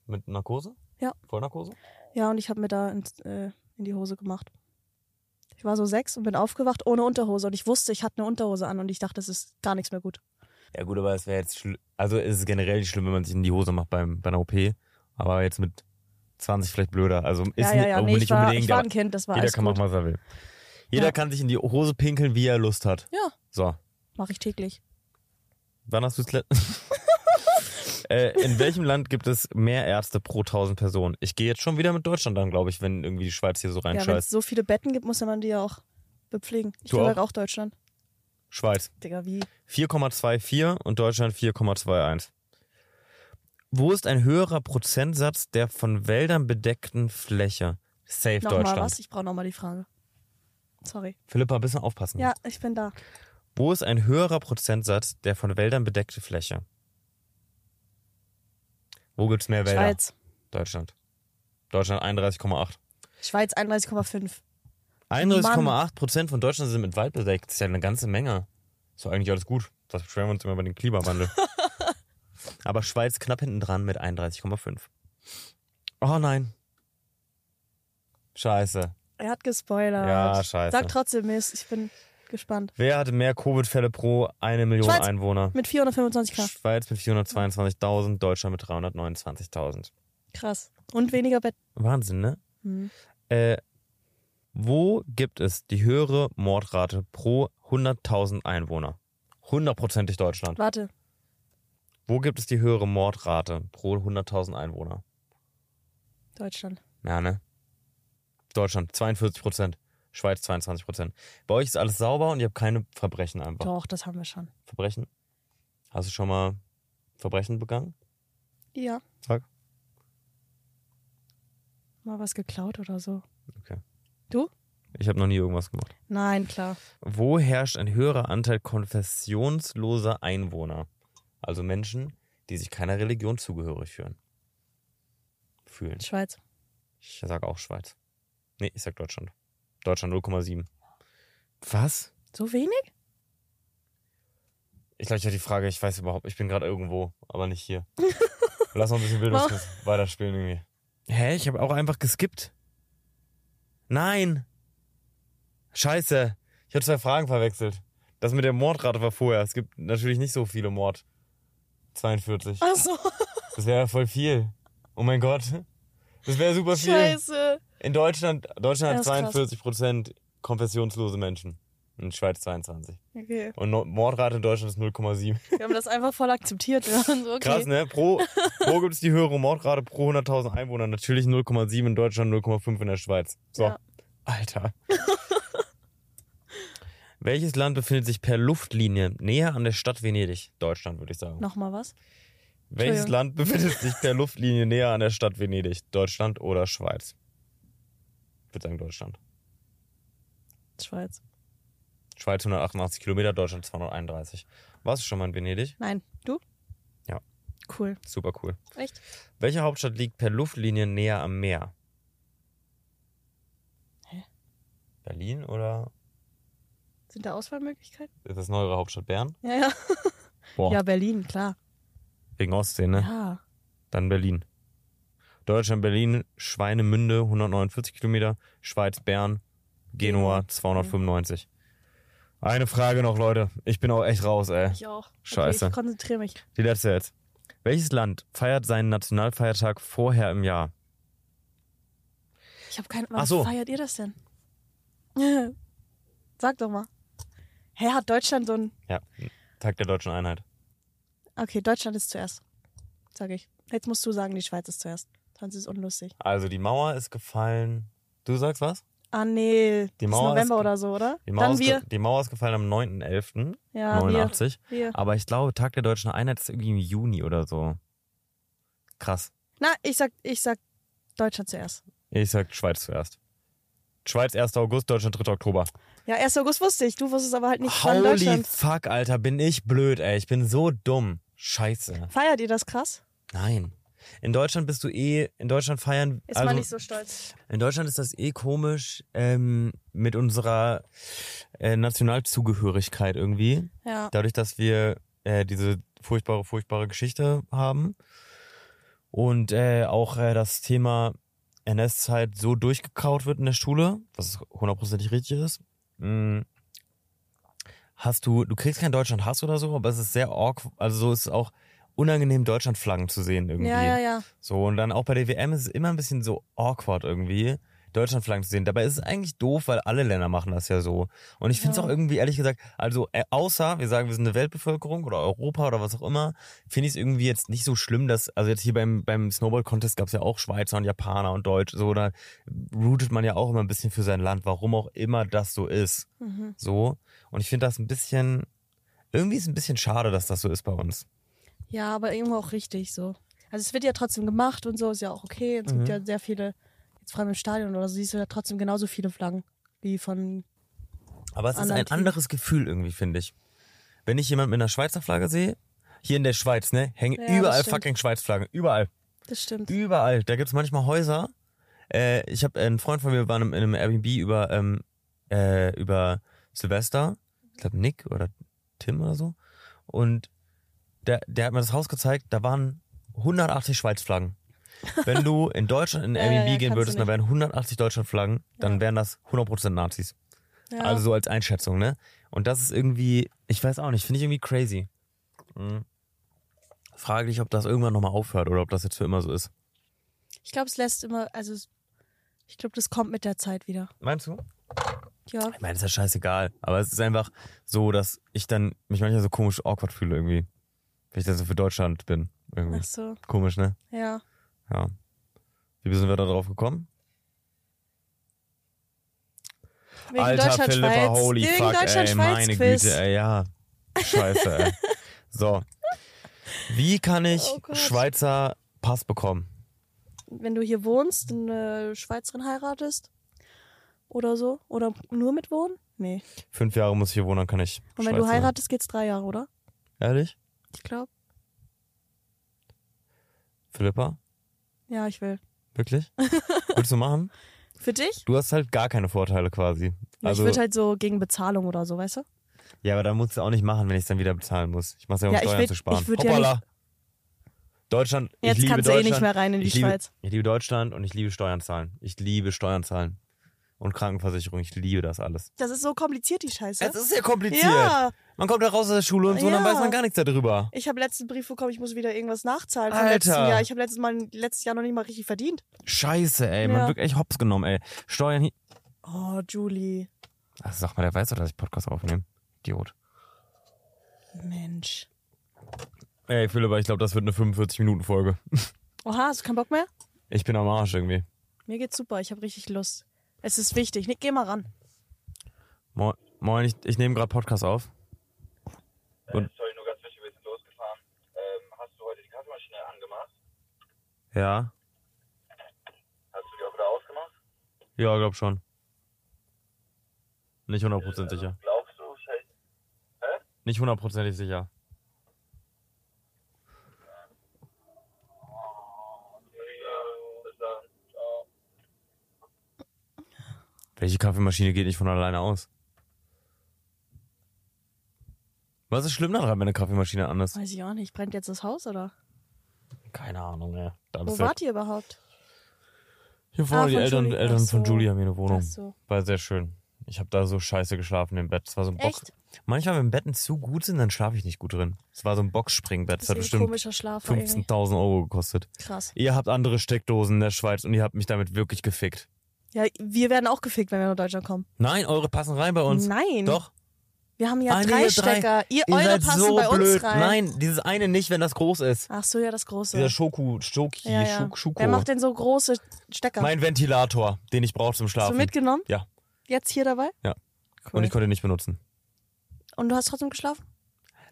Speaker 1: Mit Narkose?
Speaker 2: Ja.
Speaker 1: Vollnarkose?
Speaker 2: Ja, und ich habe mir da ins, äh, in die Hose gemacht. Ich war so sechs und bin aufgewacht ohne Unterhose. Und ich wusste, ich hatte eine Unterhose an und ich dachte, das ist gar nichts mehr gut.
Speaker 1: Ja gut, aber es wäre jetzt schlimm. Also es ist generell nicht schlimm, wenn man sich in die Hose macht beim, bei einer OP. Aber jetzt mit 20 vielleicht blöder. Also ist
Speaker 2: ja,
Speaker 1: nicht,
Speaker 2: ja, ja.
Speaker 1: aber
Speaker 2: Nee, ich
Speaker 1: nicht
Speaker 2: war,
Speaker 1: unbedingt.
Speaker 2: ich war
Speaker 1: aber
Speaker 2: ein Kind, das war
Speaker 1: jeder
Speaker 2: alles
Speaker 1: kann
Speaker 2: gut.
Speaker 1: machen, was er will. Jeder
Speaker 2: Ja.
Speaker 1: kann sich in die Hose pinkeln, wie er Lust hat.
Speaker 2: Ja.
Speaker 1: So,
Speaker 2: Mache ich täglich.
Speaker 1: wann hast du das äh, In welchem Land gibt es mehr Ärzte pro 1000 Personen? Ich gehe jetzt schon wieder mit Deutschland an, glaube ich, wenn irgendwie die Schweiz hier so
Speaker 2: ja, wenn
Speaker 1: reinscheißt.
Speaker 2: es so viele Betten gibt, muss ja man die ja auch bepflegen. Ich
Speaker 1: Du
Speaker 2: sag auch Deutschland.
Speaker 1: Schweiz.
Speaker 2: Digga, wie?
Speaker 1: 4,24 und Deutschland 4,21. Wo ist ein höherer Prozentsatz der von Wäldern bedeckten Fläche? Safe
Speaker 2: Nochmal
Speaker 1: Deutschland.
Speaker 2: was? Ich brauche nochmal die Frage. Sorry.
Speaker 1: Philippa, ein bisschen aufpassen.
Speaker 2: Ja, ich bin da.
Speaker 1: Wo ist ein höherer Prozentsatz der von Wäldern bedeckte Fläche? Wo gibt's mehr Wälder?
Speaker 2: Schweiz.
Speaker 1: Deutschland. Deutschland 31,8.
Speaker 2: Schweiz 31,5.
Speaker 1: 31,8 Prozent von Deutschland sind mit Wald bedeckt. Das ist ja eine ganze Menge. Ist doch eigentlich alles gut. Das beschweren wir uns immer über den Klimawandel. Aber Schweiz knapp hinten dran mit 31,5. Oh nein. Scheiße.
Speaker 2: Er hat gespoilert.
Speaker 1: Ja, scheiße.
Speaker 2: Sag trotzdem, mir ist, ich bin gespannt.
Speaker 1: Wer hatte mehr Covid-Fälle pro eine Million
Speaker 2: Schweiz.
Speaker 1: Einwohner?
Speaker 2: Mit 425k.
Speaker 1: Schweiz mit 422.000, Deutschland mit 329.000.
Speaker 2: Krass. Und weniger Betten.
Speaker 1: Wahnsinn, ne?
Speaker 2: Hm.
Speaker 1: Äh, wo gibt es die höhere Mordrate pro 100.000 Einwohner? Hundertprozentig Deutschland.
Speaker 2: Warte.
Speaker 1: Wo gibt es die höhere Mordrate pro 100.000 Einwohner?
Speaker 2: Deutschland.
Speaker 1: Ja, ne? Deutschland, 42 Prozent. Schweiz 22 Prozent. Bei euch ist alles sauber und ihr habt keine Verbrechen einfach.
Speaker 2: Doch, das haben wir schon.
Speaker 1: Verbrechen? Hast du schon mal Verbrechen begangen?
Speaker 2: Ja.
Speaker 1: Sag.
Speaker 2: Mal was geklaut oder so.
Speaker 1: Ich habe noch nie irgendwas gemacht.
Speaker 2: Nein, klar.
Speaker 1: Wo herrscht ein höherer Anteil konfessionsloser Einwohner? Also Menschen, die sich keiner Religion zugehörig fühlen. Fühlen.
Speaker 2: Schweiz.
Speaker 1: Ich sage auch Schweiz. Nee, ich sag Deutschland. Deutschland 0,7. Was?
Speaker 2: So wenig?
Speaker 1: Ich glaube, ich hatte die Frage, ich weiß überhaupt, ich bin gerade irgendwo, aber nicht hier. Lass noch ein bisschen Bildungsquiz weiterspielen irgendwie. Hä? Ich habe auch einfach geskippt. Nein! Scheiße! Ich habe zwei Fragen verwechselt. Das mit der Mordrate war vorher. Es gibt natürlich nicht so viele Mord. 42.
Speaker 2: Ach so.
Speaker 1: Das wäre voll viel. Oh mein Gott. Das wäre super viel.
Speaker 2: Scheiße.
Speaker 1: In Deutschland, Deutschland
Speaker 2: Ja,
Speaker 1: hat
Speaker 2: ist krass.
Speaker 1: 42 Prozent konfessionslose Menschen. In Schweiz 22.
Speaker 2: Okay.
Speaker 1: Und No- Mordrate in Deutschland ist 0,7.
Speaker 2: Wir haben das einfach voll akzeptiert. Wir waren so, okay.
Speaker 1: Krass, ne? Pro, pro gibt es die höhere Mordrate pro 100.000 Einwohner. Natürlich 0,7 in Deutschland, 0,5 in der Schweiz. So.
Speaker 2: Ja.
Speaker 1: Alter. Welches Land befindet sich per Luftlinie näher an der Stadt Venedig? Deutschland, würde ich sagen.
Speaker 2: Nochmal was?
Speaker 1: Welches
Speaker 2: Entschuldigung.
Speaker 1: Land befindet sich per Luftlinie näher an der Stadt Venedig? Deutschland oder Schweiz? Ich würde sagen Deutschland.
Speaker 2: Schweiz.
Speaker 1: Schweiz 188 Kilometer, Deutschland 231. Warst du schon mal in Venedig?
Speaker 2: Nein. Du?
Speaker 1: Ja.
Speaker 2: Cool.
Speaker 1: Super cool.
Speaker 2: Echt?
Speaker 1: Welche Hauptstadt liegt per Luftlinie näher am Meer?
Speaker 2: Hä?
Speaker 1: Berlin oder
Speaker 2: Sind da Auswahlmöglichkeiten?
Speaker 1: ist das neuere Hauptstadt Bern?
Speaker 2: Ja, ja.
Speaker 1: Boah,
Speaker 2: Ja, Berlin, klar.
Speaker 1: wegen Ostsee, ne?
Speaker 2: Ja.
Speaker 1: Dann Berlin. Deutschland, Berlin, Schweinemünde 149 Kilometer, Schweiz, Bern, Genua 295. Eine Frage noch, Leute. Ich bin auch echt raus, ey.
Speaker 2: Ich auch.
Speaker 1: Scheiße.
Speaker 2: Okay, ich konzentriere mich.
Speaker 1: Die letzte jetzt. Welches Land feiert seinen Nationalfeiertag vorher im Jahr?
Speaker 2: Ich habe keine
Speaker 1: Ach
Speaker 2: Wann
Speaker 1: so.
Speaker 2: feiert ihr das denn? Sag doch mal. Hä, hat Deutschland so ein.
Speaker 1: Ja, Tag der deutschen Einheit.
Speaker 2: Okay, Deutschland ist zuerst. Sag ich. Jetzt musst du sagen, die Schweiz ist zuerst. Sonst ist es unlustig.
Speaker 1: Also die Mauer ist gefallen. Du sagst was?
Speaker 2: Ah, nee.
Speaker 1: Die
Speaker 2: das ist
Speaker 1: Mauer ist
Speaker 2: November
Speaker 1: ge-
Speaker 2: oder so, oder?
Speaker 1: Die Mauer,
Speaker 2: Dann
Speaker 1: ist,
Speaker 2: wir.
Speaker 1: ge- die Mauer ist gefallen am 9.11.89.
Speaker 2: Ja, wir.
Speaker 1: 89.
Speaker 2: wir.
Speaker 1: Aber ich glaube, Tag der deutschen Einheit ist irgendwie im Juni oder so. Krass.
Speaker 2: Na, ich sag, ich sag Deutschland zuerst.
Speaker 1: Ich sag Schweiz zuerst. Schweiz 1. August, Deutschland 3. Oktober.
Speaker 2: Ja, 1. August wusste ich. Du wusstest aber halt nicht, wann
Speaker 1: Holy
Speaker 2: Deutschland.
Speaker 1: fuck, Alter, bin ich blöd, ey. Ich bin so dumm. Scheiße.
Speaker 2: Feiert ihr das krass?
Speaker 1: Nein. In Deutschland bist du eh, in Deutschland feiern.
Speaker 2: Ist
Speaker 1: also,
Speaker 2: man nicht so stolz.
Speaker 1: In Deutschland ist das eh komisch ähm, mit unserer äh, Nationalzugehörigkeit irgendwie.
Speaker 2: Ja.
Speaker 1: dadurch, dass wir äh, diese furchtbare, furchtbare Geschichte haben und äh, auch äh, das Thema NS-Zeit so durchgekaut wird in der Schule, was hundertprozentig richtig ist, mh, hast du, du kriegst keinen Deutschland-Hass oder so, aber es ist sehr awkward, also so ist es auch unangenehm, Deutschland-Flaggen zu sehen irgendwie.
Speaker 2: Ja, ja, ja.
Speaker 1: So, und dann auch bei der WM ist es immer ein bisschen so awkward irgendwie, Deutschlandflaggen zu sehen. Dabei ist es eigentlich doof, weil alle Länder machen das ja so. Und ich finde es
Speaker 2: Ja.
Speaker 1: auch irgendwie, ehrlich gesagt, also äh, außer wir sagen, wir sind eine Weltbevölkerung oder Europa oder was auch immer, finde ich es irgendwie jetzt nicht so schlimm, dass, also jetzt hier beim, beim Snowball-Contest gab es ja auch Schweizer und Japaner und Deutsch, so, da rootet man ja auch immer ein bisschen für sein Land, warum auch immer das so ist.
Speaker 2: Mhm.
Speaker 1: So. Und ich finde das ein bisschen, irgendwie ist es ein bisschen schade, dass das so ist bei uns.
Speaker 2: Ja, aber irgendwo auch richtig so. Also es wird ja trotzdem gemacht und so, ist ja auch okay. Es
Speaker 1: Mhm.
Speaker 2: gibt ja sehr viele, jetzt vor allem im Stadion oder so, siehst du ja trotzdem genauso viele Flaggen wie von.
Speaker 1: Aber es ist
Speaker 2: anderen
Speaker 1: ein
Speaker 2: Team.
Speaker 1: anderes Gefühl irgendwie, finde ich. Wenn ich jemanden mit einer Schweizer Flagge sehe, hier in der Schweiz, ne, hängen
Speaker 2: Ja, das
Speaker 1: überall
Speaker 2: stimmt.
Speaker 1: fucking Schweizflaggen. Überall.
Speaker 2: Das stimmt.
Speaker 1: Überall. Da gibt's manchmal Häuser. Äh, ich habe einen Freund von mir, war in einem- in einem Airbnb über, ähm, äh, über Silvester. Ich glaube, Nick oder Tim oder so. Und der, der hat mir das Haus gezeigt, da waren 180 Schweizflaggen. Wenn du in Deutschland in ein
Speaker 2: Ja, ja,
Speaker 1: Airbnb
Speaker 2: ja, kannst
Speaker 1: gehen
Speaker 2: du
Speaker 1: würdest, dann
Speaker 2: nicht.
Speaker 1: wären 180 Deutschlandflaggen, dann
Speaker 2: Ja.
Speaker 1: wären das 100% Nazis.
Speaker 2: Ja.
Speaker 1: Also so als Einschätzung, ne? Und das ist irgendwie, ich weiß auch nicht, finde ich irgendwie crazy. Mhm. Frage dich, ob das irgendwann nochmal aufhört oder ob das jetzt für immer so ist.
Speaker 2: ich glaube, es lässt immer, also es- ich glaube, das kommt mit der Zeit wieder.
Speaker 1: Meinst du?
Speaker 2: Ja.
Speaker 1: Ich meine, ist ja scheißegal. Aber es ist einfach so, dass ich dann mich manchmal so komisch awkward fühle irgendwie. Wenn ich dann so für Deutschland bin. Irgendwie.
Speaker 2: Ach so,
Speaker 1: Komisch, ne?
Speaker 2: ja.
Speaker 1: Ja. Wie sind wir da drauf gekommen?
Speaker 2: Wegen
Speaker 1: Alter
Speaker 2: Deutschland,
Speaker 1: Philippa,
Speaker 2: Schweiz.
Speaker 1: holy
Speaker 2: Wegen
Speaker 1: fuck,
Speaker 2: Deutschland,
Speaker 1: ey,
Speaker 2: Schweiz
Speaker 1: meine
Speaker 2: Quiz.
Speaker 1: Güte, ey, ja. Scheiße, ey. So. Wie kann ich
Speaker 2: Oh Gott.
Speaker 1: Schweizer Pass bekommen?
Speaker 2: Wenn du hier wohnst, eine Schweizerin heiratest oder so. Oder nur mit wohnen? Nee.
Speaker 1: Fünf Jahre muss ich hier wohnen, dann kann ich.
Speaker 2: Und wenn du
Speaker 1: Schweizer-
Speaker 2: heiratest, geht's drei Jahre, oder?
Speaker 1: Ehrlich?
Speaker 2: Ich glaube.
Speaker 1: Philippa?
Speaker 2: Ja, ich will.
Speaker 1: Wirklich? Willst du machen?
Speaker 2: Für dich?
Speaker 1: Du hast halt gar keine Vorteile quasi.
Speaker 2: Ja,
Speaker 1: Also,
Speaker 2: ich würde halt so gegen Bezahlung oder so, weißt du?
Speaker 1: ja, aber dann musst du auch nicht machen, wenn ich es dann wieder bezahlen muss. Ich mach's ja, um
Speaker 2: Ja, ich
Speaker 1: Steuern
Speaker 2: würd-
Speaker 1: zu sparen.
Speaker 2: ich würd ja
Speaker 1: Hoppala. Deutschland,
Speaker 2: Jetzt
Speaker 1: ich liebe
Speaker 2: kannst du eh
Speaker 1: Deutschland.
Speaker 2: nicht mehr rein in die
Speaker 1: ich liebe,
Speaker 2: Schweiz.
Speaker 1: Ich liebe Deutschland und ich liebe Steuern zahlen. Ich liebe Steuern zahlen. Und Krankenversicherung, ich liebe das alles.
Speaker 2: Das ist so kompliziert, die Scheiße.
Speaker 1: Es ist ja kompliziert.
Speaker 2: ja,
Speaker 1: Man kommt da raus aus der Schule und so, und dann
Speaker 2: Ja.
Speaker 1: weiß man gar nichts darüber.
Speaker 2: ich habe letzten Brief bekommen, ich muss wieder irgendwas nachzahlen vom
Speaker 1: Alter.
Speaker 2: letzten Jahr. Ich habe letztes, Mal- letztes Jahr noch nicht mal richtig verdient.
Speaker 1: Scheiße, ey.
Speaker 2: Ja.
Speaker 1: Man wird echt hops genommen, ey. Steuern hier.
Speaker 2: Oh, Julie.
Speaker 1: Ach, sag mal, der weiß doch, dass ich Podcast aufnehme. Idiot.
Speaker 2: Mensch.
Speaker 1: Ey, Philipp, ich glaube, das wird eine 45-Minuten-Folge.
Speaker 2: Oha, hast du keinen Bock mehr?
Speaker 1: Ich bin am Arsch irgendwie.
Speaker 2: Mir geht's super, ich habe richtig Lust. Es ist wichtig. Nick, geh mal ran.
Speaker 1: Moin, moin ich, ich nehme gerade Podcast auf. Und-
Speaker 4: sorry, nur ganz wichtig, wir sind losgefahren. Ähm, hast du heute die Kaffeemaschine angemacht?
Speaker 1: Ja.
Speaker 4: Hast du die auch wieder ausgemacht?
Speaker 1: Ja, glaub schon. Nicht 100% sicher.
Speaker 4: Glaubst du, Scheiße?
Speaker 1: Nicht hundertprozentig sicher.
Speaker 4: Ja, ist da. Ciao.
Speaker 1: Welche Kaffeemaschine geht nicht von alleine aus? Was ist schlimm daran, wenn eine Kaffeemaschine an ist?
Speaker 2: Weiß ich auch nicht. Brennt jetzt das Haus oder?
Speaker 1: Keine Ahnung, ey. Da
Speaker 2: Wo
Speaker 1: bist du-
Speaker 2: wart ihr überhaupt?
Speaker 1: Hier vorne,
Speaker 2: Ah,
Speaker 1: die
Speaker 2: von
Speaker 1: Eltern,
Speaker 2: Julie.
Speaker 1: Eltern
Speaker 2: Ach
Speaker 1: von
Speaker 2: so.
Speaker 1: Julia haben hier eine Wohnung.
Speaker 2: Ach so.
Speaker 1: War sehr schön. Ich habe da so scheiße geschlafen im Bett. Es war so ein Box.
Speaker 2: Echt?
Speaker 1: Manchmal, wenn Betten zu gut sind, dann schlafe ich nicht gut drin. Es war so ein Boxspringbett. Es
Speaker 2: Das
Speaker 1: hat
Speaker 2: ist ein
Speaker 1: bestimmt
Speaker 2: komischer Schlaf. war irgendwie.
Speaker 1: 15.000 Euro gekostet.
Speaker 2: Krass.
Speaker 1: Ihr habt andere Steckdosen in der Schweiz und ihr habt mich damit wirklich gefickt.
Speaker 2: Ja, wir werden auch gefickt, wenn wir nach Deutschland kommen.
Speaker 1: Nein, eure passen rein bei uns.
Speaker 2: Nein.
Speaker 1: Doch.
Speaker 2: Wir haben ja
Speaker 1: Ah, nee,
Speaker 2: drei
Speaker 1: ihr
Speaker 2: Stecker. Ihr,
Speaker 1: Ihr
Speaker 2: eure
Speaker 1: seid
Speaker 2: passen
Speaker 1: so
Speaker 2: bei
Speaker 1: blöd.
Speaker 2: uns rein.
Speaker 1: Nein, dieses eine nicht, wenn das groß ist.
Speaker 2: Ach so, ja, das große.
Speaker 1: Dieser Schoku, Schoki,
Speaker 2: ja, ja.
Speaker 1: Schuk, Schuko.
Speaker 2: Wer macht denn so große Stecker?
Speaker 1: mein Ventilator, den ich brauche zum
Speaker 2: Hast
Speaker 1: Schlafen.
Speaker 2: du mitgenommen?
Speaker 1: Ja.
Speaker 2: Jetzt hier dabei?
Speaker 1: Ja.
Speaker 2: Cool.
Speaker 1: und ich konnte ihn nicht benutzen.
Speaker 2: Und du hast trotzdem geschlafen?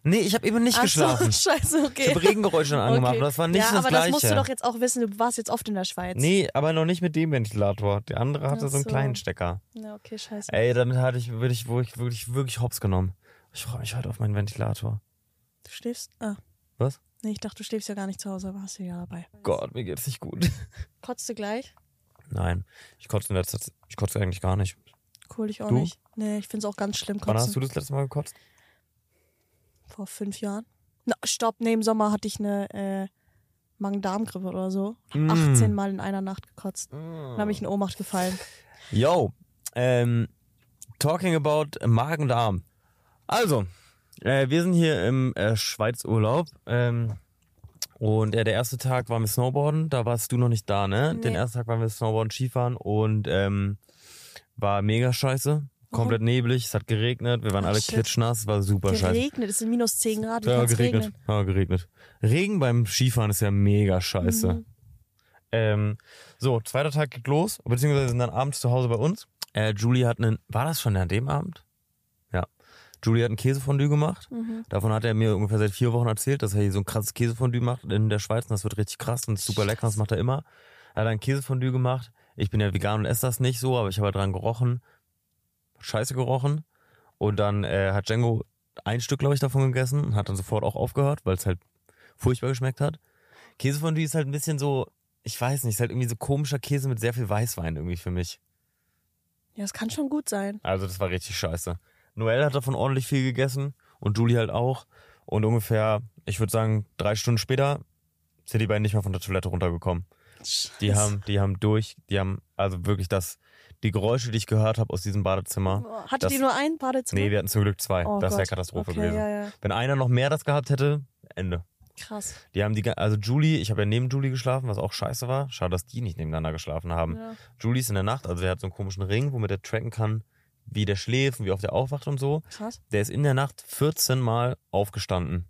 Speaker 1: Nee, ich habe eben nicht
Speaker 2: Ach
Speaker 1: geschlafen.
Speaker 2: So, scheiße, okay.
Speaker 1: Ich habe Regengeräusche dann angemacht.
Speaker 2: Okay.
Speaker 1: und Das war nicht
Speaker 2: ja,
Speaker 1: das
Speaker 2: aber
Speaker 1: Gleiche.
Speaker 2: das musst du doch jetzt auch wissen. Du warst jetzt oft in der Schweiz.
Speaker 1: nee, aber noch nicht mit dem Ventilator. Der andere hatte
Speaker 2: Ach
Speaker 1: so einen
Speaker 2: so.
Speaker 1: kleinen Stecker.
Speaker 2: Ja, okay, scheiße.
Speaker 1: Ey, damit hatte ich wirklich, wo ich wirklich, wirklich hops genommen. Ich freue mich heute auf meinen Ventilator.
Speaker 2: Du schläfst? Ah.
Speaker 1: Was?
Speaker 2: Nee, ich dachte, du schläfst ja gar nicht zu Hause, aber hast du ja dabei.
Speaker 1: Gott, mir geht's nicht gut.
Speaker 2: Kotzt du gleich?
Speaker 1: Nein, ich kotze in letzter Zeit, ich kotze eigentlich gar nicht.
Speaker 2: Cool, ich auch
Speaker 1: Du?
Speaker 2: nicht. Nee, ich find's auch ganz schlimm,
Speaker 1: Wann
Speaker 2: kotzen.
Speaker 1: hast du das letzte Mal gekotzt?
Speaker 2: Vor fünf Jahren. Na, stopp, nee, im Sommer hatte ich eine äh, Magen-Darm-Grippe oder so.
Speaker 1: Mm. Ah.
Speaker 2: 18 Mal in einer Nacht gekotzt. Dann habe ich in Ohnmacht gefallen.
Speaker 1: Yo, ähm, talking about Magen und Arm. Also, äh, wir sind hier im äh, Schweizurlaub. Ähm, und äh, der erste Tag waren wir Snowboarden. Da warst du noch nicht da, ne?
Speaker 2: Nee.
Speaker 1: Den ersten Tag waren wir Snowboarden, Skifahren und ähm, war mega scheiße. Komplett neblig, es hat geregnet, wir waren
Speaker 2: Ah,
Speaker 1: alle
Speaker 2: shit.
Speaker 1: klitschnass, war super scheiße.
Speaker 2: Geregnet, es sind minus 10 Grad. Wie
Speaker 1: Ja,
Speaker 2: kann's
Speaker 1: geregnet.
Speaker 2: regnen?
Speaker 1: Ja, geregnet. Regen beim Skifahren ist ja mega scheiße.
Speaker 2: Mhm.
Speaker 1: Ähm, so, zweiter Tag geht los, beziehungsweise sind dann abends zu Hause bei uns. Äh, Julie hat einen, war das schon an dem Abend? Ja. Julie hat einen Käsefondue gemacht.
Speaker 2: Mhm.
Speaker 1: Davon hat er mir ungefähr seit vier Wochen erzählt, dass er hier so ein krasses Käsefondue macht in der Schweiz und das wird richtig krass und ist super lecker, das macht er immer. Er hat ein Käsefondue gemacht. Ich bin ja vegan und esse das nicht so, aber ich habe halt dran gerochen. Scheiße gerochen. Und dann äh, hat Django ein Stück, glaube ich, davon gegessen und hat dann sofort auch aufgehört, weil es halt furchtbar geschmeckt hat. Käsefondue ist halt ein bisschen so, ich weiß nicht, ist halt irgendwie so komischer Käse mit sehr viel Weißwein irgendwie für mich.
Speaker 2: Ja, es kann schon gut sein.
Speaker 1: Also das war richtig scheiße. Noel hat davon ordentlich viel gegessen und Julie halt auch. Und ungefähr, ich würde sagen, drei Stunden später sind die beiden nicht mehr von der Toilette runtergekommen. Die haben, die haben durch, die haben, also wirklich das, die Geräusche, die ich gehört habe aus diesem Badezimmer.
Speaker 2: Boah, Hattet
Speaker 1: Das-
Speaker 2: ihr nur ein Badezimmer?
Speaker 1: Nee, wir hatten zum Glück zwei.
Speaker 2: Oh
Speaker 1: das wäre
Speaker 2: Gott.
Speaker 1: Katastrophe
Speaker 2: okay,
Speaker 1: gewesen.
Speaker 2: Ja, ja.
Speaker 1: Wenn einer noch mehr das gehabt hätte, Ende.
Speaker 2: Krass.
Speaker 1: Die haben die, ga- also Julie, ich habe ja neben Julie geschlafen, was auch scheiße war. Schade, dass die nicht nebeneinander geschlafen haben.
Speaker 2: Ja.
Speaker 1: Julie ist in der Nacht, also der hat so einen komischen Ring, womit er tracken kann, wie der schläft und wie oft er aufwacht und so.
Speaker 2: Krass.
Speaker 1: Der ist in der Nacht 14 Mal aufgestanden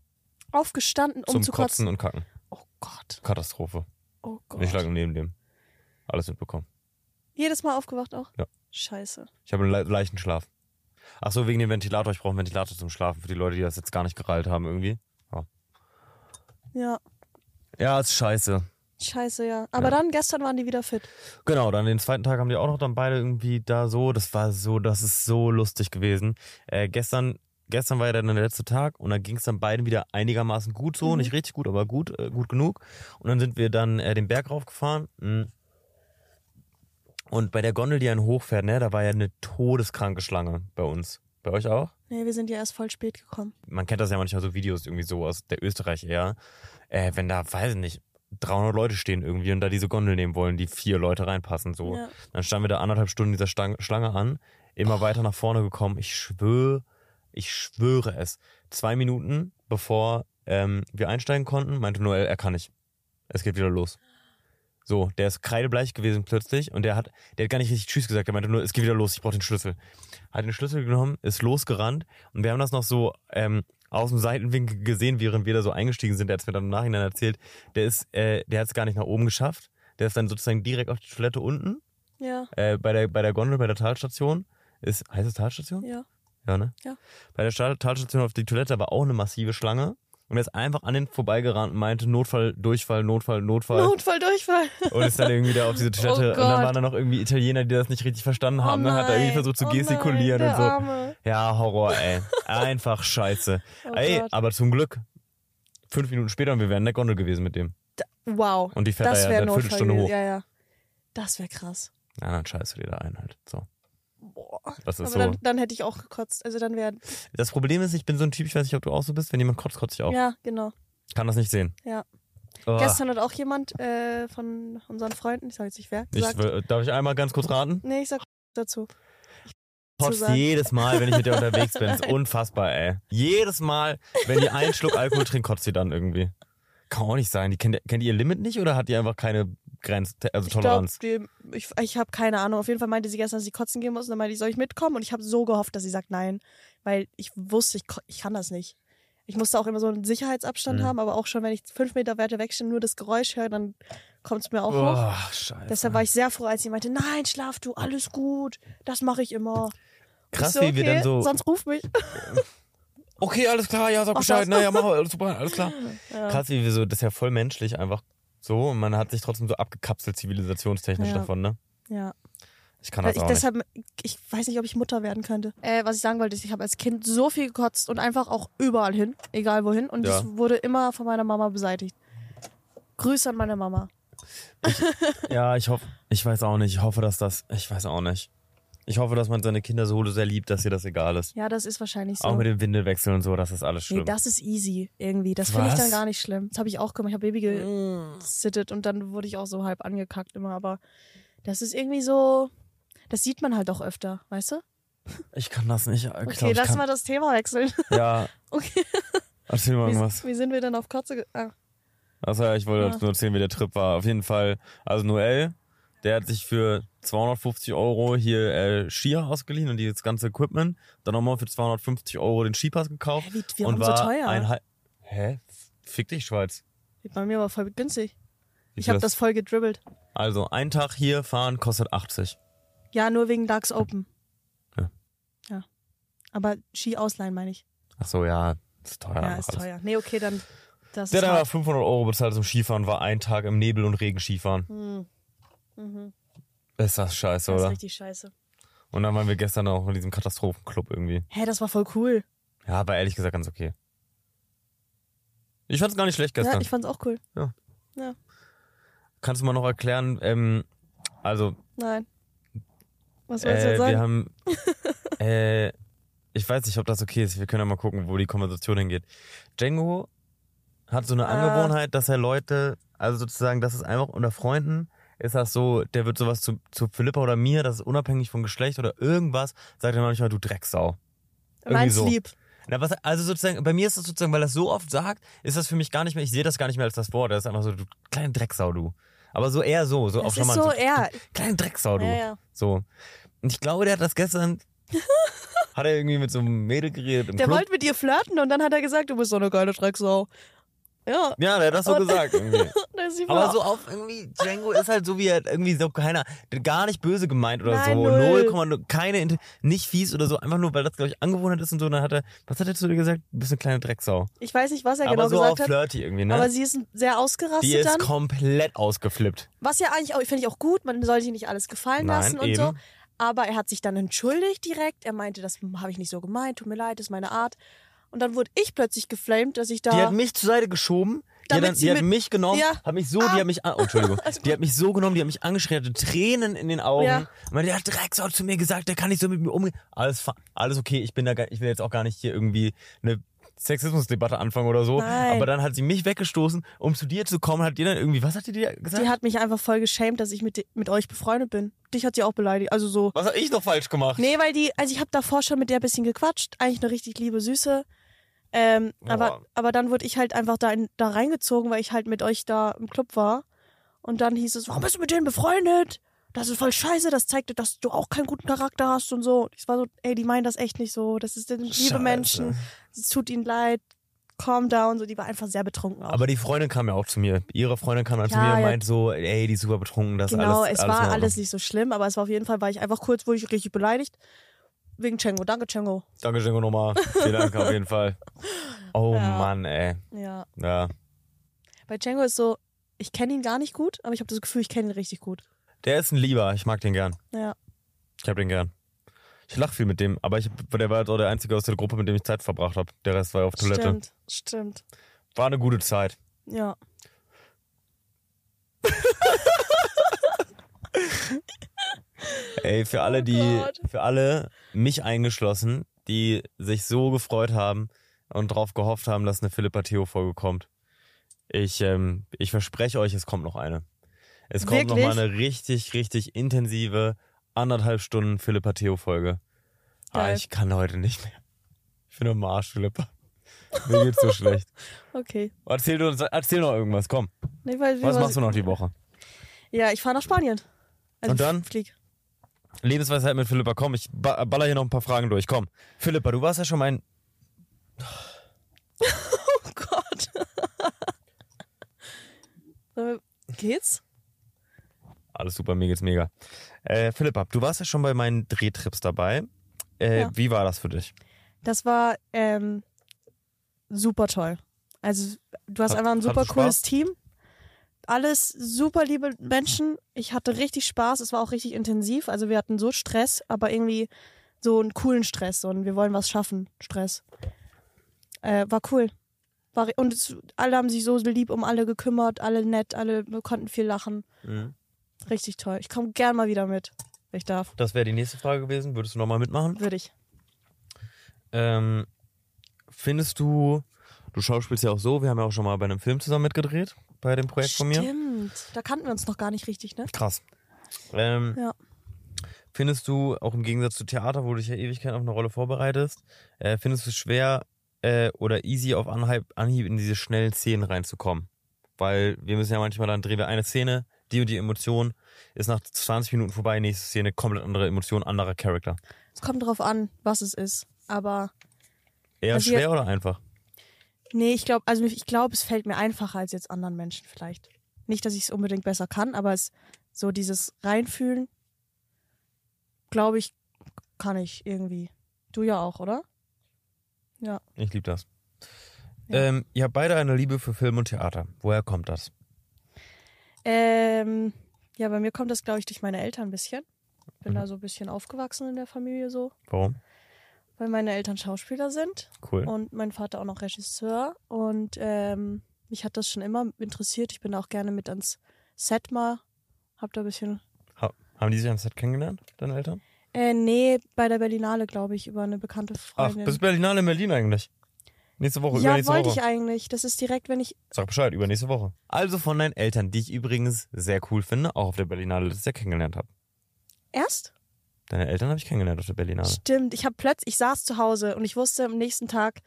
Speaker 2: Aufgestanden, um
Speaker 1: zum
Speaker 2: zu
Speaker 1: Kotzen
Speaker 2: kotzen.
Speaker 1: und Kacken.
Speaker 2: Oh Gott.
Speaker 1: Katastrophe.
Speaker 2: Oh Gott.
Speaker 1: Ich lag neben dem. Alles mitbekommen.
Speaker 2: Jedes Mal aufgewacht auch?
Speaker 1: Ja.
Speaker 2: Scheiße.
Speaker 1: Ich habe einen le leichten Schlaf. Ach so, wegen dem Ventilator. Ich brauche einen Ventilator zum Schlafen für die Leute, die das jetzt gar nicht gerallt haben irgendwie.
Speaker 2: Ja,
Speaker 1: Ja, ist scheiße.
Speaker 2: scheiße, ja. Aber
Speaker 1: Ja.
Speaker 2: dann, gestern waren die wieder fit.
Speaker 1: Genau, dann den zweiten Tag haben die auch noch dann beide irgendwie da so. Das war so, das ist so lustig gewesen. Äh, gestern, gestern war ja dann der letzte Tag und dann ging es dann beiden wieder einigermaßen gut so. Nicht richtig gut, aber gut, äh, gut genug. Und dann sind wir dann äh, den Berg raufgefahren. mm. Und bei der Gondel, die einen hochfährt, ne, da war ja eine todeskranke Schlange bei uns. Bei euch auch?
Speaker 2: Nee, wir sind ja erst voll spät gekommen.
Speaker 1: man kennt das ja manchmal so Videos irgendwie so aus der Österreich eher, äh, wenn da, weiß ich nicht, 300 Leute stehen irgendwie und da diese Gondel nehmen wollen, die vier Leute reinpassen, so.
Speaker 2: Ja.
Speaker 1: Dann standen wir da anderthalb Stunden dieser Stang Schlange an, immer weiter nach vorne gekommen. Ich schwöre, ich schwöre es. Zwei Minuten bevor ähm, wir einsteigen konnten, meinte Noel, er kann nicht. Es geht wieder los. So, der ist kreidebleich gewesen plötzlich und der hat, der hat gar nicht richtig Tschüss gesagt. Der meinte nur, es geht wieder los, ich brauche den Schlüssel. Hat den Schlüssel genommen, ist losgerannt und wir haben das noch so ähm, aus dem Seitenwinkel gesehen, während wir da so eingestiegen sind. Der hat es mir dann im Nachhinein erzählt. Der ist, äh, der hat es gar nicht nach oben geschafft. Der ist dann sozusagen direkt auf die Toilette unten
Speaker 2: Ja,
Speaker 1: äh, bei der bei der Gondel, bei der Talstation. Ist, heißt es Talstation?
Speaker 2: ja.
Speaker 1: Ja, ne?
Speaker 2: Ja.
Speaker 1: Bei der Stahl- Talstation auf die Toilette war auch eine massive Schlange. Und er ist einfach an den vorbeigerannt und meinte, Notfall, Durchfall, Notfall, Notfall.
Speaker 2: Notfall, Durchfall.
Speaker 1: und ist dann irgendwie da auf diese Toilette.
Speaker 2: Oh
Speaker 1: und dann
Speaker 2: Gott.
Speaker 1: waren da noch irgendwie Italiener, die das nicht richtig verstanden haben. ne? Hat er irgendwie versucht zu
Speaker 2: oh
Speaker 1: gestikulieren
Speaker 2: nein,
Speaker 1: und
Speaker 2: der
Speaker 1: so.
Speaker 2: Arme.
Speaker 1: Ja, Horror, ey. Einfach scheiße.
Speaker 2: Oh
Speaker 1: ey, ah,
Speaker 2: Gott.
Speaker 1: aber zum Glück. Fünf Minuten später und wir wären in der Gondel gewesen mit dem.
Speaker 2: Wow.
Speaker 1: Und die fährt
Speaker 2: Das
Speaker 1: da ja
Speaker 2: wäre
Speaker 1: seit
Speaker 2: Notfall.
Speaker 1: Viertelstunde
Speaker 2: gewesen.
Speaker 1: hoch.
Speaker 2: Ja, ja. Das wäre krass.
Speaker 1: Ja, dann scheiße dir da ein halt. So.
Speaker 2: Boah.
Speaker 1: Das
Speaker 2: Aber
Speaker 1: ist so.
Speaker 2: dann, dann hätte ich auch gekotzt. Also dann wäre.
Speaker 1: Das Problem ist, ich bin so ein Typ, ich weiß nicht, ob du auch so bist, wenn jemand kotzt, kotzt ich auch.
Speaker 2: Ja, genau.
Speaker 1: Kann das nicht sehen.
Speaker 2: Ja.
Speaker 1: Oh,
Speaker 2: Gestern hat auch jemand äh, von unseren Freunden, ich sage jetzt nicht wer,
Speaker 1: ich,
Speaker 2: gesagt.
Speaker 1: will- darf ich einmal ganz kurz raten?
Speaker 2: nee, ich sag dazu.
Speaker 1: Kotzt
Speaker 2: sagen.
Speaker 1: jedes Mal, wenn ich mit dir unterwegs bin. Ist unfassbar, ey. Jedes Mal, wenn die einen Schluck Alkohol trinkt, kotzt sie dann irgendwie. Kann auch nicht sein. Die kennt, kennt ihr Limit nicht oder hat die einfach keine Grenze, also
Speaker 2: Ich glaube,
Speaker 1: Toleranz?
Speaker 2: ich, ich habe keine Ahnung. Auf jeden Fall meinte sie gestern, dass sie kotzen gehen muss. Und dann meinte ich, soll ich mitkommen? Und ich habe so gehofft, dass sie sagt nein. Weil ich wusste, ich, ko- ich kann das nicht. Ich musste auch immer so einen Sicherheitsabstand
Speaker 1: Mhm.
Speaker 2: haben, aber auch schon, wenn ich fünf Meter weiter wegstehe und nur das Geräusch höre, dann kommt es mir auch hoch.
Speaker 1: Oh, scheiße.
Speaker 2: Deshalb war ich sehr froh, als sie meinte, nein, schlaf du, alles gut. Das mache ich immer.
Speaker 1: Krass,
Speaker 2: ich so,
Speaker 1: wie wir
Speaker 2: okay,
Speaker 1: dann so.
Speaker 2: Sonst ruf mich.
Speaker 1: Okay, alles klar, ja, sag
Speaker 2: Ach,
Speaker 1: Bescheid.
Speaker 2: das-
Speaker 1: Naja, mach alles super, alles klar.
Speaker 2: Ja.
Speaker 1: Krass, wie wir so, das ist ja voll menschlich einfach so. Und man hat sich trotzdem so abgekapselt, zivilisationstechnisch
Speaker 2: Ja.
Speaker 1: davon, ne?
Speaker 2: Ja.
Speaker 1: Ich kann
Speaker 2: Weil
Speaker 1: das
Speaker 2: ich
Speaker 1: auch nicht.
Speaker 2: deshalb, ich weiß nicht, ob ich Mutter werden könnte. Äh, was ich sagen wollte, ist, ich habe als Kind so viel gekotzt und einfach auch überall hin, egal wohin. Und
Speaker 1: Ja.
Speaker 2: das wurde immer von meiner Mama beseitigt. Grüße an meine Mama.
Speaker 1: Ja, ich hoffe, ich weiß auch nicht. Ich hoffe, dass das, ich weiß auch nicht. Ich hoffe, dass man seine Kinder so sehr liebt, dass ihr das egal ist.
Speaker 2: Ja, das ist wahrscheinlich so.
Speaker 1: Auch mit dem Windelwechsel und so, das ist alles
Speaker 2: nee,
Speaker 1: schlimm.
Speaker 2: das ist easy irgendwie. Das finde ich
Speaker 1: Was? Mm.
Speaker 2: dann gar nicht schlimm. Das habe ich auch gemacht. Ich habe Baby gesittet und dann wurde ich auch so halb angekackt immer. Aber das ist irgendwie so, das sieht man halt auch öfter, weißt du?
Speaker 1: ich kann das nicht. Ich glaub,
Speaker 2: Okay,
Speaker 1: ich
Speaker 2: lass
Speaker 1: kann,
Speaker 2: mal das Thema wechseln.
Speaker 1: Ja,
Speaker 2: Okay,
Speaker 1: erzähl mal
Speaker 2: wie,
Speaker 1: irgendwas.
Speaker 2: wie sind wir denn auf Kotze? ge- Ah,
Speaker 1: Also ja, ich wollte
Speaker 2: Ah.
Speaker 1: nur erzählen, wie der Trip war. Auf jeden Fall, also Noel, der hat sich für 250 Euro hier äh, Skier ausgeliehen und dieses ganze Equipment. Dann nochmal für 250 Euro den Skipass gekauft.
Speaker 2: Hä, wie- wir
Speaker 1: und
Speaker 2: waren
Speaker 1: war
Speaker 2: so teuer.
Speaker 1: Ein Hal- Hä? Fick dich, Schweiz.
Speaker 2: bei mir war voll günstig.
Speaker 1: Wie
Speaker 2: Ich
Speaker 1: viel
Speaker 2: habe das voll gedribbelt.
Speaker 1: Also, ein Tag hier fahren kostet 80.
Speaker 2: Ja, nur wegen Darks Open.
Speaker 1: Ja.
Speaker 2: Ja. Aber Ski ausleihen meine ich.
Speaker 1: Ach so, ja, ist teuer.
Speaker 2: Ja,
Speaker 1: einfach
Speaker 2: ist
Speaker 1: alles.
Speaker 2: teuer. Nee, okay, dann. Das
Speaker 1: Der
Speaker 2: ist
Speaker 1: hat aber
Speaker 2: hart.
Speaker 1: 500 Euro bezahlt zum Skifahren, war ein Tag im Nebel und Regen Skifahren. Ist das scheiße,
Speaker 2: Hm. Mhm. Das ist
Speaker 1: oder?
Speaker 2: richtig scheiße.
Speaker 1: Und dann waren wir gestern auch in diesem Katastrophenclub irgendwie.
Speaker 2: Hä, das war voll cool.
Speaker 1: Ja, aber ehrlich gesagt ganz okay. Ich fand's gar nicht schlecht
Speaker 2: Ja,
Speaker 1: gestern.
Speaker 2: ich fand's auch cool.
Speaker 1: Kannst du mal noch erklären, ähm, also,
Speaker 2: Nein. Was soll ich
Speaker 1: äh,
Speaker 2: jetzt
Speaker 1: wir
Speaker 2: sagen?
Speaker 1: haben, äh, ich weiß nicht, ob das okay ist. Wir können ja mal gucken, wo die Konversation hingeht. Django hat so eine
Speaker 2: Ah.
Speaker 1: Angewohnheit, dass er Leute, also sozusagen, das ist einfach unter Freunden, ist das so, der wird sowas zu, zu Philippa oder mir, das ist unabhängig vom Geschlecht oder irgendwas, sagt er manchmal, du Drecksau. irgendwie
Speaker 2: Meins
Speaker 1: so.
Speaker 2: lieb.
Speaker 1: Na, was, also sozusagen, bei mir ist das sozusagen, weil er es so oft sagt, ist das für mich gar nicht mehr, ich sehe das gar nicht mehr als das Wort. Das ist einfach so, du kleine Drecksau, du. Aber so eher so, so
Speaker 2: Das
Speaker 1: auf
Speaker 2: ist
Speaker 1: charmant.
Speaker 2: so er.
Speaker 1: Kleine Drecksau, du.
Speaker 2: Ja, ja.
Speaker 1: So. Und ich glaube, der hat das gestern, hat er irgendwie mit so einem Mädel geredet im
Speaker 2: Der
Speaker 1: Club.
Speaker 2: wollte mit dir flirten und dann hat er gesagt, du bist so eine geile Drecksau. Ja,
Speaker 1: Ja, der hat das so
Speaker 2: Und-
Speaker 1: gesagt irgendwie.
Speaker 2: dann aggressiv
Speaker 1: Aber
Speaker 2: war.
Speaker 1: so auf irgendwie, Django ist halt so wie er irgendwie so keiner, gar nicht böse gemeint oder
Speaker 2: Nein,
Speaker 1: so.
Speaker 2: null.
Speaker 1: 0,0, keine, Int- nicht fies oder so, einfach nur, weil das, glaube ich, Angewohnheit ist und so. Und dann hat er, was hat er zu dir gesagt? Du bist eine kleine Drecksau.
Speaker 2: ich weiß nicht, was er
Speaker 1: aber
Speaker 2: genau
Speaker 1: so
Speaker 2: gesagt
Speaker 1: auch
Speaker 2: hat.
Speaker 1: flirty irgendwie, ne?
Speaker 2: Aber sie ist sehr
Speaker 1: Die
Speaker 2: ausgerastet
Speaker 1: ist
Speaker 2: dann.
Speaker 1: komplett ausgeflippt.
Speaker 2: Was ja eigentlich auch, finde ich auch gut, man sollte sich nicht alles gefallen
Speaker 1: Nein,
Speaker 2: lassen und
Speaker 1: eben.
Speaker 2: so. Aber er hat sich dann entschuldigt direkt. Er meinte, das habe ich nicht so gemeint, tut mir leid, das ist meine Art. Und dann wurde ich plötzlich geflamed, dass ich da.
Speaker 1: Die hat mich zur Seite geschoben. Die, hat,
Speaker 2: Damit
Speaker 1: dann,
Speaker 2: sie
Speaker 1: die hat
Speaker 2: mit-
Speaker 1: mich genommen,
Speaker 2: Ja. Ah.
Speaker 1: hat mich so, die hat mich, an- oh, Entschuldigung, die hat mich so genommen, die hat mich angeschrien, hatte Tränen in den Augen.
Speaker 2: Ja.
Speaker 1: Ja. Man, der hat Drecksau zu mir gesagt, der kann nicht so mit mir umgehen. Alles, fa- alles okay, ich bin da, gar- ich will jetzt auch gar nicht hier irgendwie eine Sexismusdebatte anfangen oder so.
Speaker 2: Nein.
Speaker 1: Aber dann hat sie mich weggestoßen, um zu dir zu kommen, hat dir dann irgendwie, was hat die dir gesagt?
Speaker 2: die hat mich einfach voll geschämt, dass ich mit, di- mit euch befreundet bin. Dich hat sie auch beleidigt. Also so.
Speaker 1: was habe ich noch falsch gemacht?
Speaker 2: Nee, weil die, also ich habe davor schon mit der ein bisschen gequatscht. Eigentlich eine richtig liebe Süße. Ähm, aber,
Speaker 1: Boah.
Speaker 2: aber dann wurde ich halt einfach da, in, da reingezogen, weil ich halt mit euch da im Club war. Und dann hieß es, warum bist du mit denen befreundet? Das ist voll scheiße, das zeigt dir, dass du auch keinen guten Charakter hast und so. Und Ich war so, ey, die meinen das echt nicht so. Das ist sind liebe
Speaker 1: Scheiße.
Speaker 2: Menschen. Es tut ihnen leid. Calm down. So, die war einfach sehr betrunken auch.
Speaker 1: Aber die Freundin kam ja auch zu mir. Ihre Freundin kam dann zu
Speaker 2: Ja,
Speaker 1: mir und
Speaker 2: ja.
Speaker 1: meint so, ey, die ist super betrunken, das ist
Speaker 2: genau,
Speaker 1: alles.
Speaker 2: es
Speaker 1: alles in
Speaker 2: war
Speaker 1: Ordnung.
Speaker 2: alles nicht so schlimm, aber es war auf jeden Fall, war ich einfach kurz, wurde ich richtig beleidigt. Wegen Cengo. Danke, Cengo.
Speaker 1: Danke, Django, nochmal. Vielen Dank auf jeden Fall. Oh
Speaker 2: Ja.
Speaker 1: Mann, ey.
Speaker 2: Ja.
Speaker 1: Ja.
Speaker 2: Bei Django ist so, ich kenne ihn gar nicht gut, aber ich habe das Gefühl, ich kenne ihn richtig gut.
Speaker 1: Der ist ein Lieber. Ich mag den gern.
Speaker 2: Ja.
Speaker 1: Ich hab den gern. Ich lach viel mit dem, aber ich, der war so der Einzige aus der Gruppe, mit dem ich Zeit verbracht habe. Der Rest war ja auf Toilette.
Speaker 2: Stimmt, stimmt.
Speaker 1: War eine gute Zeit.
Speaker 2: Ja.
Speaker 1: Ey, für alle,
Speaker 2: Oh
Speaker 1: die,
Speaker 2: Gott.
Speaker 1: für alle, mich eingeschlossen, die sich so gefreut haben und drauf gehofft haben, dass eine Philippa Theo-Folge kommt. Ich, ähm, ich verspreche euch, es kommt noch eine. Es kommt noch mal
Speaker 2: Wirklich?
Speaker 1: eine richtig, richtig intensive, anderthalb Stunden Philippa Theo-Folge. Ah,
Speaker 2: Geil.
Speaker 1: ich kann heute nicht mehr. Ich bin am Arsch, Philippa. Mir geht's so schlecht.
Speaker 2: Okay.
Speaker 1: Erzähl, du, uns- erzähl noch irgendwas, komm.
Speaker 2: Nee, weil,
Speaker 1: Was machst du noch die Woche?
Speaker 2: Ja, ich fahre nach Spanien. Also
Speaker 1: Und dann?
Speaker 2: Flieg.
Speaker 1: Lebensweisheit mit Philippa, komm, ich ba- baller hier noch ein paar Fragen durch, komm. Philippa, du warst ja schon mein
Speaker 2: Oh Gott. Sollen wir- Geht's?
Speaker 1: Alles super, mir geht's mega. Äh, Philippa, du warst ja schon bei meinen Drehtrips dabei. Äh,
Speaker 2: Ja.
Speaker 1: Wie war das für dich?
Speaker 2: Das war ähm, super toll. Also du hast
Speaker 1: Hat-
Speaker 2: einfach ein super
Speaker 1: hattest du
Speaker 2: cooles
Speaker 1: Spaß?
Speaker 2: Team. Alles super liebe Menschen. Ich hatte richtig Spaß. Es war auch richtig intensiv. Also wir hatten so Stress, aber irgendwie so einen coolen Stress und wir wollen was schaffen. Stress. Äh, war cool. War, ri- und es, alle haben sich so lieb um alle gekümmert, alle nett, alle wir konnten viel lachen. Richtig toll. Ich komme gern mal wieder mit, wenn ich darf.
Speaker 1: Das wäre die nächste Frage gewesen. Würdest du nochmal mitmachen?
Speaker 2: Würde ich.
Speaker 1: Ähm, findest du, du schauspielst ja auch so, wir haben ja auch schon mal bei einem Film zusammen mitgedreht, bei dem Projekt von mir.
Speaker 2: Stimmt. Da kannten wir uns noch gar nicht richtig, ne?
Speaker 1: Krass. Ähm,
Speaker 2: Ja.
Speaker 1: Findest du, auch im Gegensatz zu Theater, wo du dich ja Ewigkeiten auf eine Rolle vorbereitest, äh, findest du es schwer äh, oder easy auf Anhieb, Anhieb in diese schnellen Szenen reinzukommen? Weil wir müssen ja manchmal dann drehen wir eine Szene, die und die Emotion ist nach 20 Minuten vorbei, nächste Szene, komplett andere Emotion, anderer Charakter.
Speaker 2: Es kommt drauf an, was es ist. Aber
Speaker 1: Eher
Speaker 2: Also
Speaker 1: schwer
Speaker 2: ja-
Speaker 1: oder einfach?
Speaker 2: nee, ich glaube, also ich glaube, es fällt mir einfacher als jetzt anderen Menschen vielleicht. Nicht, dass ich es unbedingt besser kann, aber es so dieses Reinfühlen, glaube ich, kann ich irgendwie. Du ja auch, oder?
Speaker 1: Ich liebe das.
Speaker 2: Ja.
Speaker 1: Ähm, ihr habt beide eine Liebe für Film und Theater. Woher kommt das?
Speaker 2: Ähm, ja, bei mir kommt das, glaube ich, durch meine Eltern ein bisschen. Ich bin da so ein bisschen aufgewachsen in der Familie so,
Speaker 1: Warum?
Speaker 2: weil meine Eltern Schauspieler sind.
Speaker 1: Cool.
Speaker 2: und mein Vater auch noch Regisseur. Und ähm, mich hat das schon immer interessiert. Ich bin auch gerne mit ans Set mal. Hab da ein bisschen.
Speaker 1: Ha haben die sich am Set kennengelernt, deine Eltern?
Speaker 2: Äh, nee, bei der Berlinale, glaube ich, über eine bekannte
Speaker 1: Ach,
Speaker 2: Freundin.
Speaker 1: bist Berlinale in Berlin eigentlich? Nächste Woche,
Speaker 2: ja,
Speaker 1: übernächste
Speaker 2: wollte
Speaker 1: Woche.
Speaker 2: ich eigentlich. Das ist direkt, wenn ich.
Speaker 1: Sag Bescheid, übernächste Woche. Also von deinen Eltern, die ich übrigens sehr cool finde, auch auf der Berlinale letztes Jahr kennengelernt habe.
Speaker 2: Erst?
Speaker 1: Deine Eltern habe ich kennengelernt auf der Berlinale.
Speaker 2: Stimmt. Ich habe plötzlich, ich saß zu Hause und ich wusste, am nächsten Tag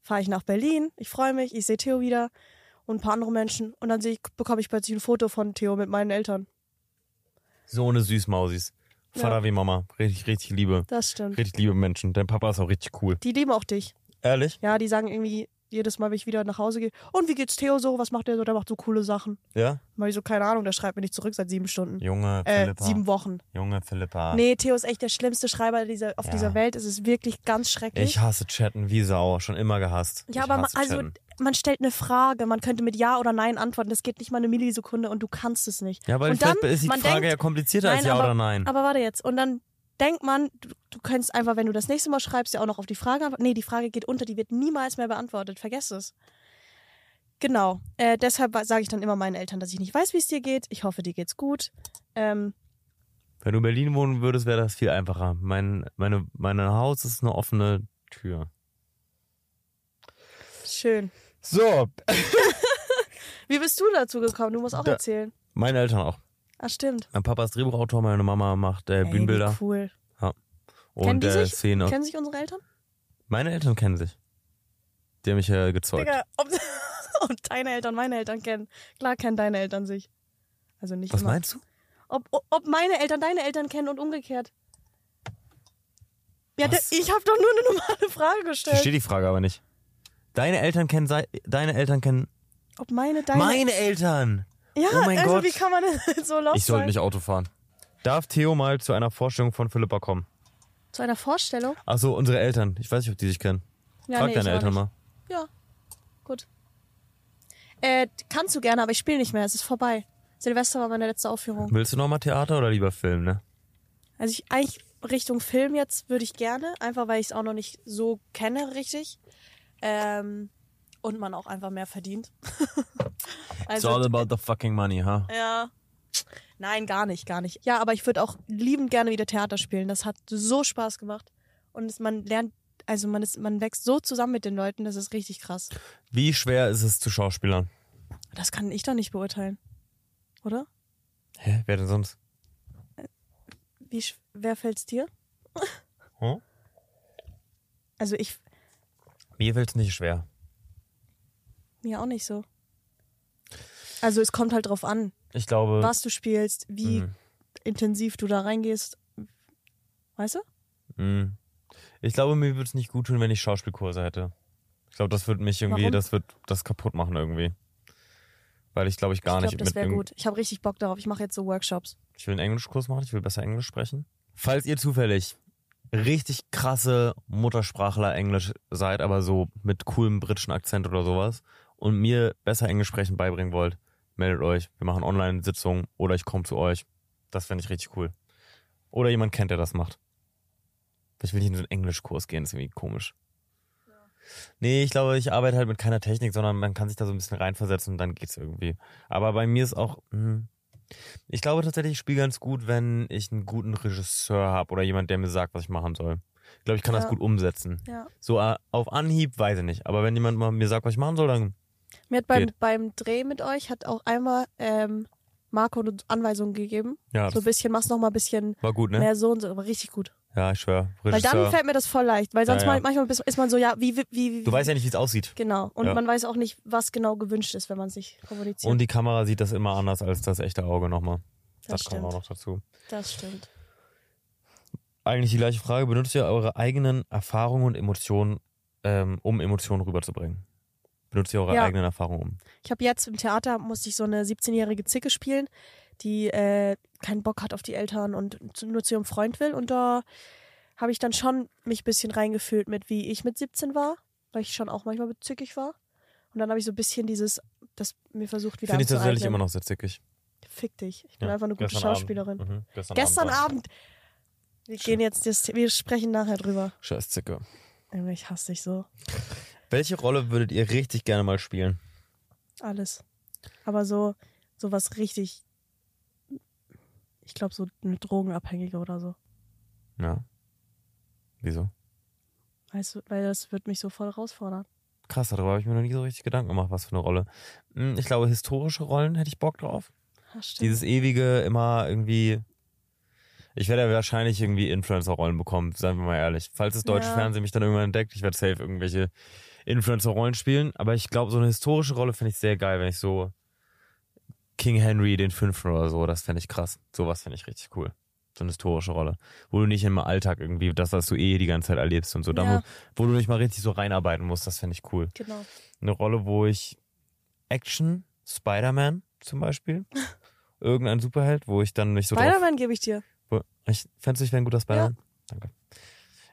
Speaker 2: fahre ich nach Berlin. Ich freue mich, ich sehe Theo wieder und ein paar andere Menschen. Und dann sehe ich, bekomme ich plötzlich ein Foto von Theo mit meinen Eltern.
Speaker 1: So eine Süßmausis. Vater
Speaker 2: Ja.
Speaker 1: wie Mama. Richtig, richtig liebe.
Speaker 2: Das stimmt.
Speaker 1: Richtig liebe Menschen. Dein Papa ist auch richtig cool.
Speaker 2: Die lieben auch dich.
Speaker 1: Ehrlich?
Speaker 2: Ja, die sagen irgendwie, Jedes Mal, wenn ich wieder nach Hause gehe. Und wie geht's Theo so? Was macht der so? Der macht so coole Sachen.
Speaker 1: Ja?
Speaker 2: Mal so, keine Ahnung, der schreibt mir nicht zurück seit sieben Stunden.
Speaker 1: Junge
Speaker 2: Äh,
Speaker 1: Philippa.
Speaker 2: sieben Wochen.
Speaker 1: Junge Philippa.
Speaker 2: Nee, Theo ist echt der schlimmste Schreiber dieser, auf
Speaker 1: Ah. Ja.
Speaker 2: dieser Welt. Es ist wirklich ganz schrecklich.
Speaker 1: Ich hasse Chatten wie Sau. Schon immer gehasst.
Speaker 2: ja,
Speaker 1: ich
Speaker 2: aber man,
Speaker 1: hasse
Speaker 2: also
Speaker 1: Chatten.
Speaker 2: man stellt eine Frage, man könnte mit Ja oder Nein antworten. Das geht nicht mal eine Millisekunde und du kannst es nicht.
Speaker 1: Ja, weil
Speaker 2: und
Speaker 1: vielleicht ist die
Speaker 2: man
Speaker 1: Frage ja komplizierter als
Speaker 2: Nein,
Speaker 1: ja
Speaker 2: aber-
Speaker 1: oder nein.
Speaker 2: Aber warte jetzt. Und dann denkt man, du, du könntest einfach, wenn du das nächste Mal schreibst, ja auch noch auf die Frage antworten. Nee, die Frage geht unter, die wird niemals mehr beantwortet. Vergess es. Genau. Äh, deshalb sage ich dann immer meinen Eltern, dass ich nicht weiß, wie es dir geht. Ich hoffe, dir geht's gut. Ähm,
Speaker 1: Wenn du in Berlin wohnen würdest, wäre das viel einfacher. Mein, meine, mein Haus ist eine offene Tür.
Speaker 2: schön.
Speaker 1: So,
Speaker 2: Wie bist du dazu gekommen? Du musst auch
Speaker 1: Da-
Speaker 2: erzählen.
Speaker 1: meine Eltern auch.
Speaker 2: Ah, stimmt.
Speaker 1: Mein Papa ist Drehbuchautor, meine Mama macht äh,
Speaker 2: Ey,
Speaker 1: Bühnenbilder
Speaker 2: wie cool. kennen
Speaker 1: und
Speaker 2: die
Speaker 1: äh,
Speaker 2: sich?
Speaker 1: Szenen. aus-
Speaker 2: Kennen sich unsere Eltern?
Speaker 1: Meine Eltern kennen sich. Die haben mich äh, gezeugt.
Speaker 2: Digga, ob, ob deine Eltern meine Eltern kennen. Klar kennen deine Eltern sich. Also nicht
Speaker 1: Was
Speaker 2: immer.
Speaker 1: meinst du?
Speaker 2: ob, ob meine Eltern deine Eltern kennen und umgekehrt. Ja,
Speaker 1: Was?
Speaker 2: da- ich habe doch nur eine normale Frage
Speaker 1: Ich
Speaker 2: gestellt.
Speaker 1: verstehe die Frage aber nicht. Deine Eltern kennen sei, deine Eltern kennen
Speaker 2: Ob meine, deine.
Speaker 1: meine Eltern.
Speaker 2: ja,
Speaker 1: oh mein
Speaker 2: also
Speaker 1: Gott.
Speaker 2: wie kann man denn so lost
Speaker 1: Ich sollte
Speaker 2: sein?
Speaker 1: nicht Auto fahren. Darf Theo mal zu einer Vorstellung von Philippa kommen?
Speaker 2: Zu einer Vorstellung?
Speaker 1: Achso, unsere Eltern. Ich weiß nicht, ob die sich kennen.
Speaker 2: Ja,
Speaker 1: Frag
Speaker 2: nee,
Speaker 1: deine
Speaker 2: ich auch
Speaker 1: Eltern
Speaker 2: nicht.
Speaker 1: mal.
Speaker 2: Ja, gut. Äh, kannst du gerne, aber ich spiele nicht mehr. Es ist vorbei. Silvester war meine letzte Aufführung.
Speaker 1: Willst du nochmal Theater oder lieber Film, ne?
Speaker 2: Also ich eigentlich Richtung Film jetzt würde ich gerne, einfach weil ich es auch noch nicht so kenne richtig. Ähm, und man auch einfach mehr verdient. Also
Speaker 1: about the fucking money, ha?
Speaker 2: Ja. Nein, gar nicht, gar nicht. Ja, aber ich würde auch liebend gerne wieder Theater spielen. Das hat so Spaß gemacht. Und es, man lernt, also man, ist, man wächst so zusammen mit den Leuten, das ist richtig krass.
Speaker 1: Wie schwer ist es zu Schauspielern?
Speaker 2: Das kann ich doch nicht beurteilen. Oder?
Speaker 1: Hä? Wer denn sonst?
Speaker 2: Wie, sch- wer fällt's dir?
Speaker 1: Hm?
Speaker 2: Also ich,
Speaker 1: Mir fällt es nicht schwer.
Speaker 2: mir auch nicht so. Also es kommt halt drauf an,
Speaker 1: Ich glaube.
Speaker 2: was du spielst, wie
Speaker 1: Mhm.
Speaker 2: intensiv du da reingehst. Weißt du?
Speaker 1: Mhm. Ich glaube, mir würde es nicht gut tun, wenn ich Schauspielkurse hätte. Ich glaube, das wird mich irgendwie,
Speaker 2: Warum?
Speaker 1: das wird das kaputt machen irgendwie. Weil ich glaube, ich gar
Speaker 2: ich glaube,
Speaker 1: nicht
Speaker 2: das wäre
Speaker 1: irgend-
Speaker 2: gut. Ich habe richtig Bock darauf. Ich mache jetzt so Workshops.
Speaker 1: Ich will einen Englischkurs machen, ich will besser Englisch sprechen. Falls ihr zufällig richtig krasse Muttersprachler Englisch seid, aber so mit coolem britischen Akzent oder sowas und mir besser Englisch sprechen beibringen wollt, meldet euch. Wir machen Online-Sitzungen oder ich komme zu euch. Das fände ich richtig cool. Oder jemand kennt, der das macht. Ich will nicht in so einen Englischkurs gehen, ist irgendwie komisch. Nee, ich glaube, ich arbeite halt mit keiner Technik, sondern man kann sich da so ein bisschen reinversetzen und dann geht's irgendwie. Aber bei mir ist auch, mh, ich glaube tatsächlich, ich spiele ganz gut, wenn ich einen guten Regisseur habe oder jemand, der mir sagt, was ich machen soll. Ich glaube, ich kann das
Speaker 2: Ja.
Speaker 1: gut umsetzen.
Speaker 2: Ja.
Speaker 1: So äh, auf Anhieb weiß ich nicht. Aber wenn jemand mal mir sagt, was ich machen soll, dann
Speaker 2: Mir hat beim,
Speaker 1: Geht.
Speaker 2: beim Dreh mit euch hat auch einmal ähm, Marco eine Anweisung gegeben.
Speaker 1: ja,
Speaker 2: So ein
Speaker 1: das
Speaker 2: bisschen, mach's noch mal ein bisschen
Speaker 1: war gut, ne?
Speaker 2: mehr so und so, aber richtig gut.
Speaker 1: Ja, ich schwöre.
Speaker 2: Weil dann
Speaker 1: Regisseur.
Speaker 2: fällt mir das voll leicht, weil sonst
Speaker 1: Ja, ja.
Speaker 2: mal- manchmal bis- ist man so, ja, wie, wie, wie.
Speaker 1: Du weißt ja nicht, wie es aussieht.
Speaker 2: Genau. Und
Speaker 1: Ja.
Speaker 2: man weiß auch nicht, was genau gewünscht ist, wenn man sich kommuniziert.
Speaker 1: Und die Kamera sieht das immer anders als das echte Auge nochmal. Das, kommt auch
Speaker 2: stimmt.
Speaker 1: noch dazu.
Speaker 2: Das stimmt.
Speaker 1: Eigentlich die gleiche Frage. Benutzt ihr eure eigenen Erfahrungen und Emotionen, ähm, um Emotionen rüberzubringen? Benutzt ihr eure
Speaker 2: Ja.
Speaker 1: eigenen Erfahrungen um?
Speaker 2: Ich habe jetzt im Theater, musste ich so eine 17-jährige Zicke spielen, die äh, keinen Bock hat auf die Eltern und zu, nur zu ihrem Freund will. Und da habe ich dann schon mich ein bisschen reingefühlt mit, wie ich mit 17 war, weil ich schon auch manchmal zickig war. Und dann habe ich so ein bisschen dieses, das mir versucht wieder
Speaker 1: Finde ich tatsächlich
Speaker 2: anzueignen.
Speaker 1: immer noch sehr zickig.
Speaker 2: Fick dich. Ich bin
Speaker 1: Ja,
Speaker 2: einfach eine gute
Speaker 1: gestern
Speaker 2: Schauspielerin.
Speaker 1: Abend. Mhm, gestern,
Speaker 2: Gestern
Speaker 1: Abend.
Speaker 2: Abend. Wir gehen jetzt, das, wir sprechen nachher drüber.
Speaker 1: war- Scheiß Zicke.
Speaker 2: Junge, Ich hasse dich so.
Speaker 1: Welche Rolle würdet ihr richtig gerne mal spielen?
Speaker 2: Alles. Aber so, so was richtig. Ich glaube, so eine Drogenabhängige oder so.
Speaker 1: Ja. Wieso?
Speaker 2: Weißt du, weil das wird mich so voll herausfordern.
Speaker 1: Krass, darüber habe ich mir noch nie so richtig Gedanken gemacht, was für eine Rolle. Hm, Ich glaube, historische Rollen hätte ich Bock drauf.
Speaker 2: Ja, Ah, stimmt.
Speaker 1: Dieses ewige, immer irgendwie. Ich werde ja wahrscheinlich irgendwie Influencer-Rollen bekommen, seien wir mal ehrlich. Falls das deutsche
Speaker 2: Ja.
Speaker 1: Fernsehen mich dann irgendwann entdeckt, ich werde safe irgendwelche Influencer-Rollen spielen. Aber ich glaube, so eine historische Rolle finde ich sehr geil, wenn ich so King Henry den Fünften oder so, das fände ich krass. Sowas finde ich richtig cool. So eine historische Rolle. Wo du nicht im Alltag irgendwie, das, was du eh die ganze Zeit erlebst und so. Da,
Speaker 2: Ja.
Speaker 1: wo, wo du nicht mal richtig so reinarbeiten musst, das fände ich cool.
Speaker 2: Genau.
Speaker 1: Eine Rolle, wo ich Action, Spider-Man zum Beispiel, irgendein Superheld, wo ich dann mich so drauf
Speaker 2: Spider-Man gebe ich dir.
Speaker 1: Wo- Ich fänd's nicht, wäre ein guter Spider. Danke.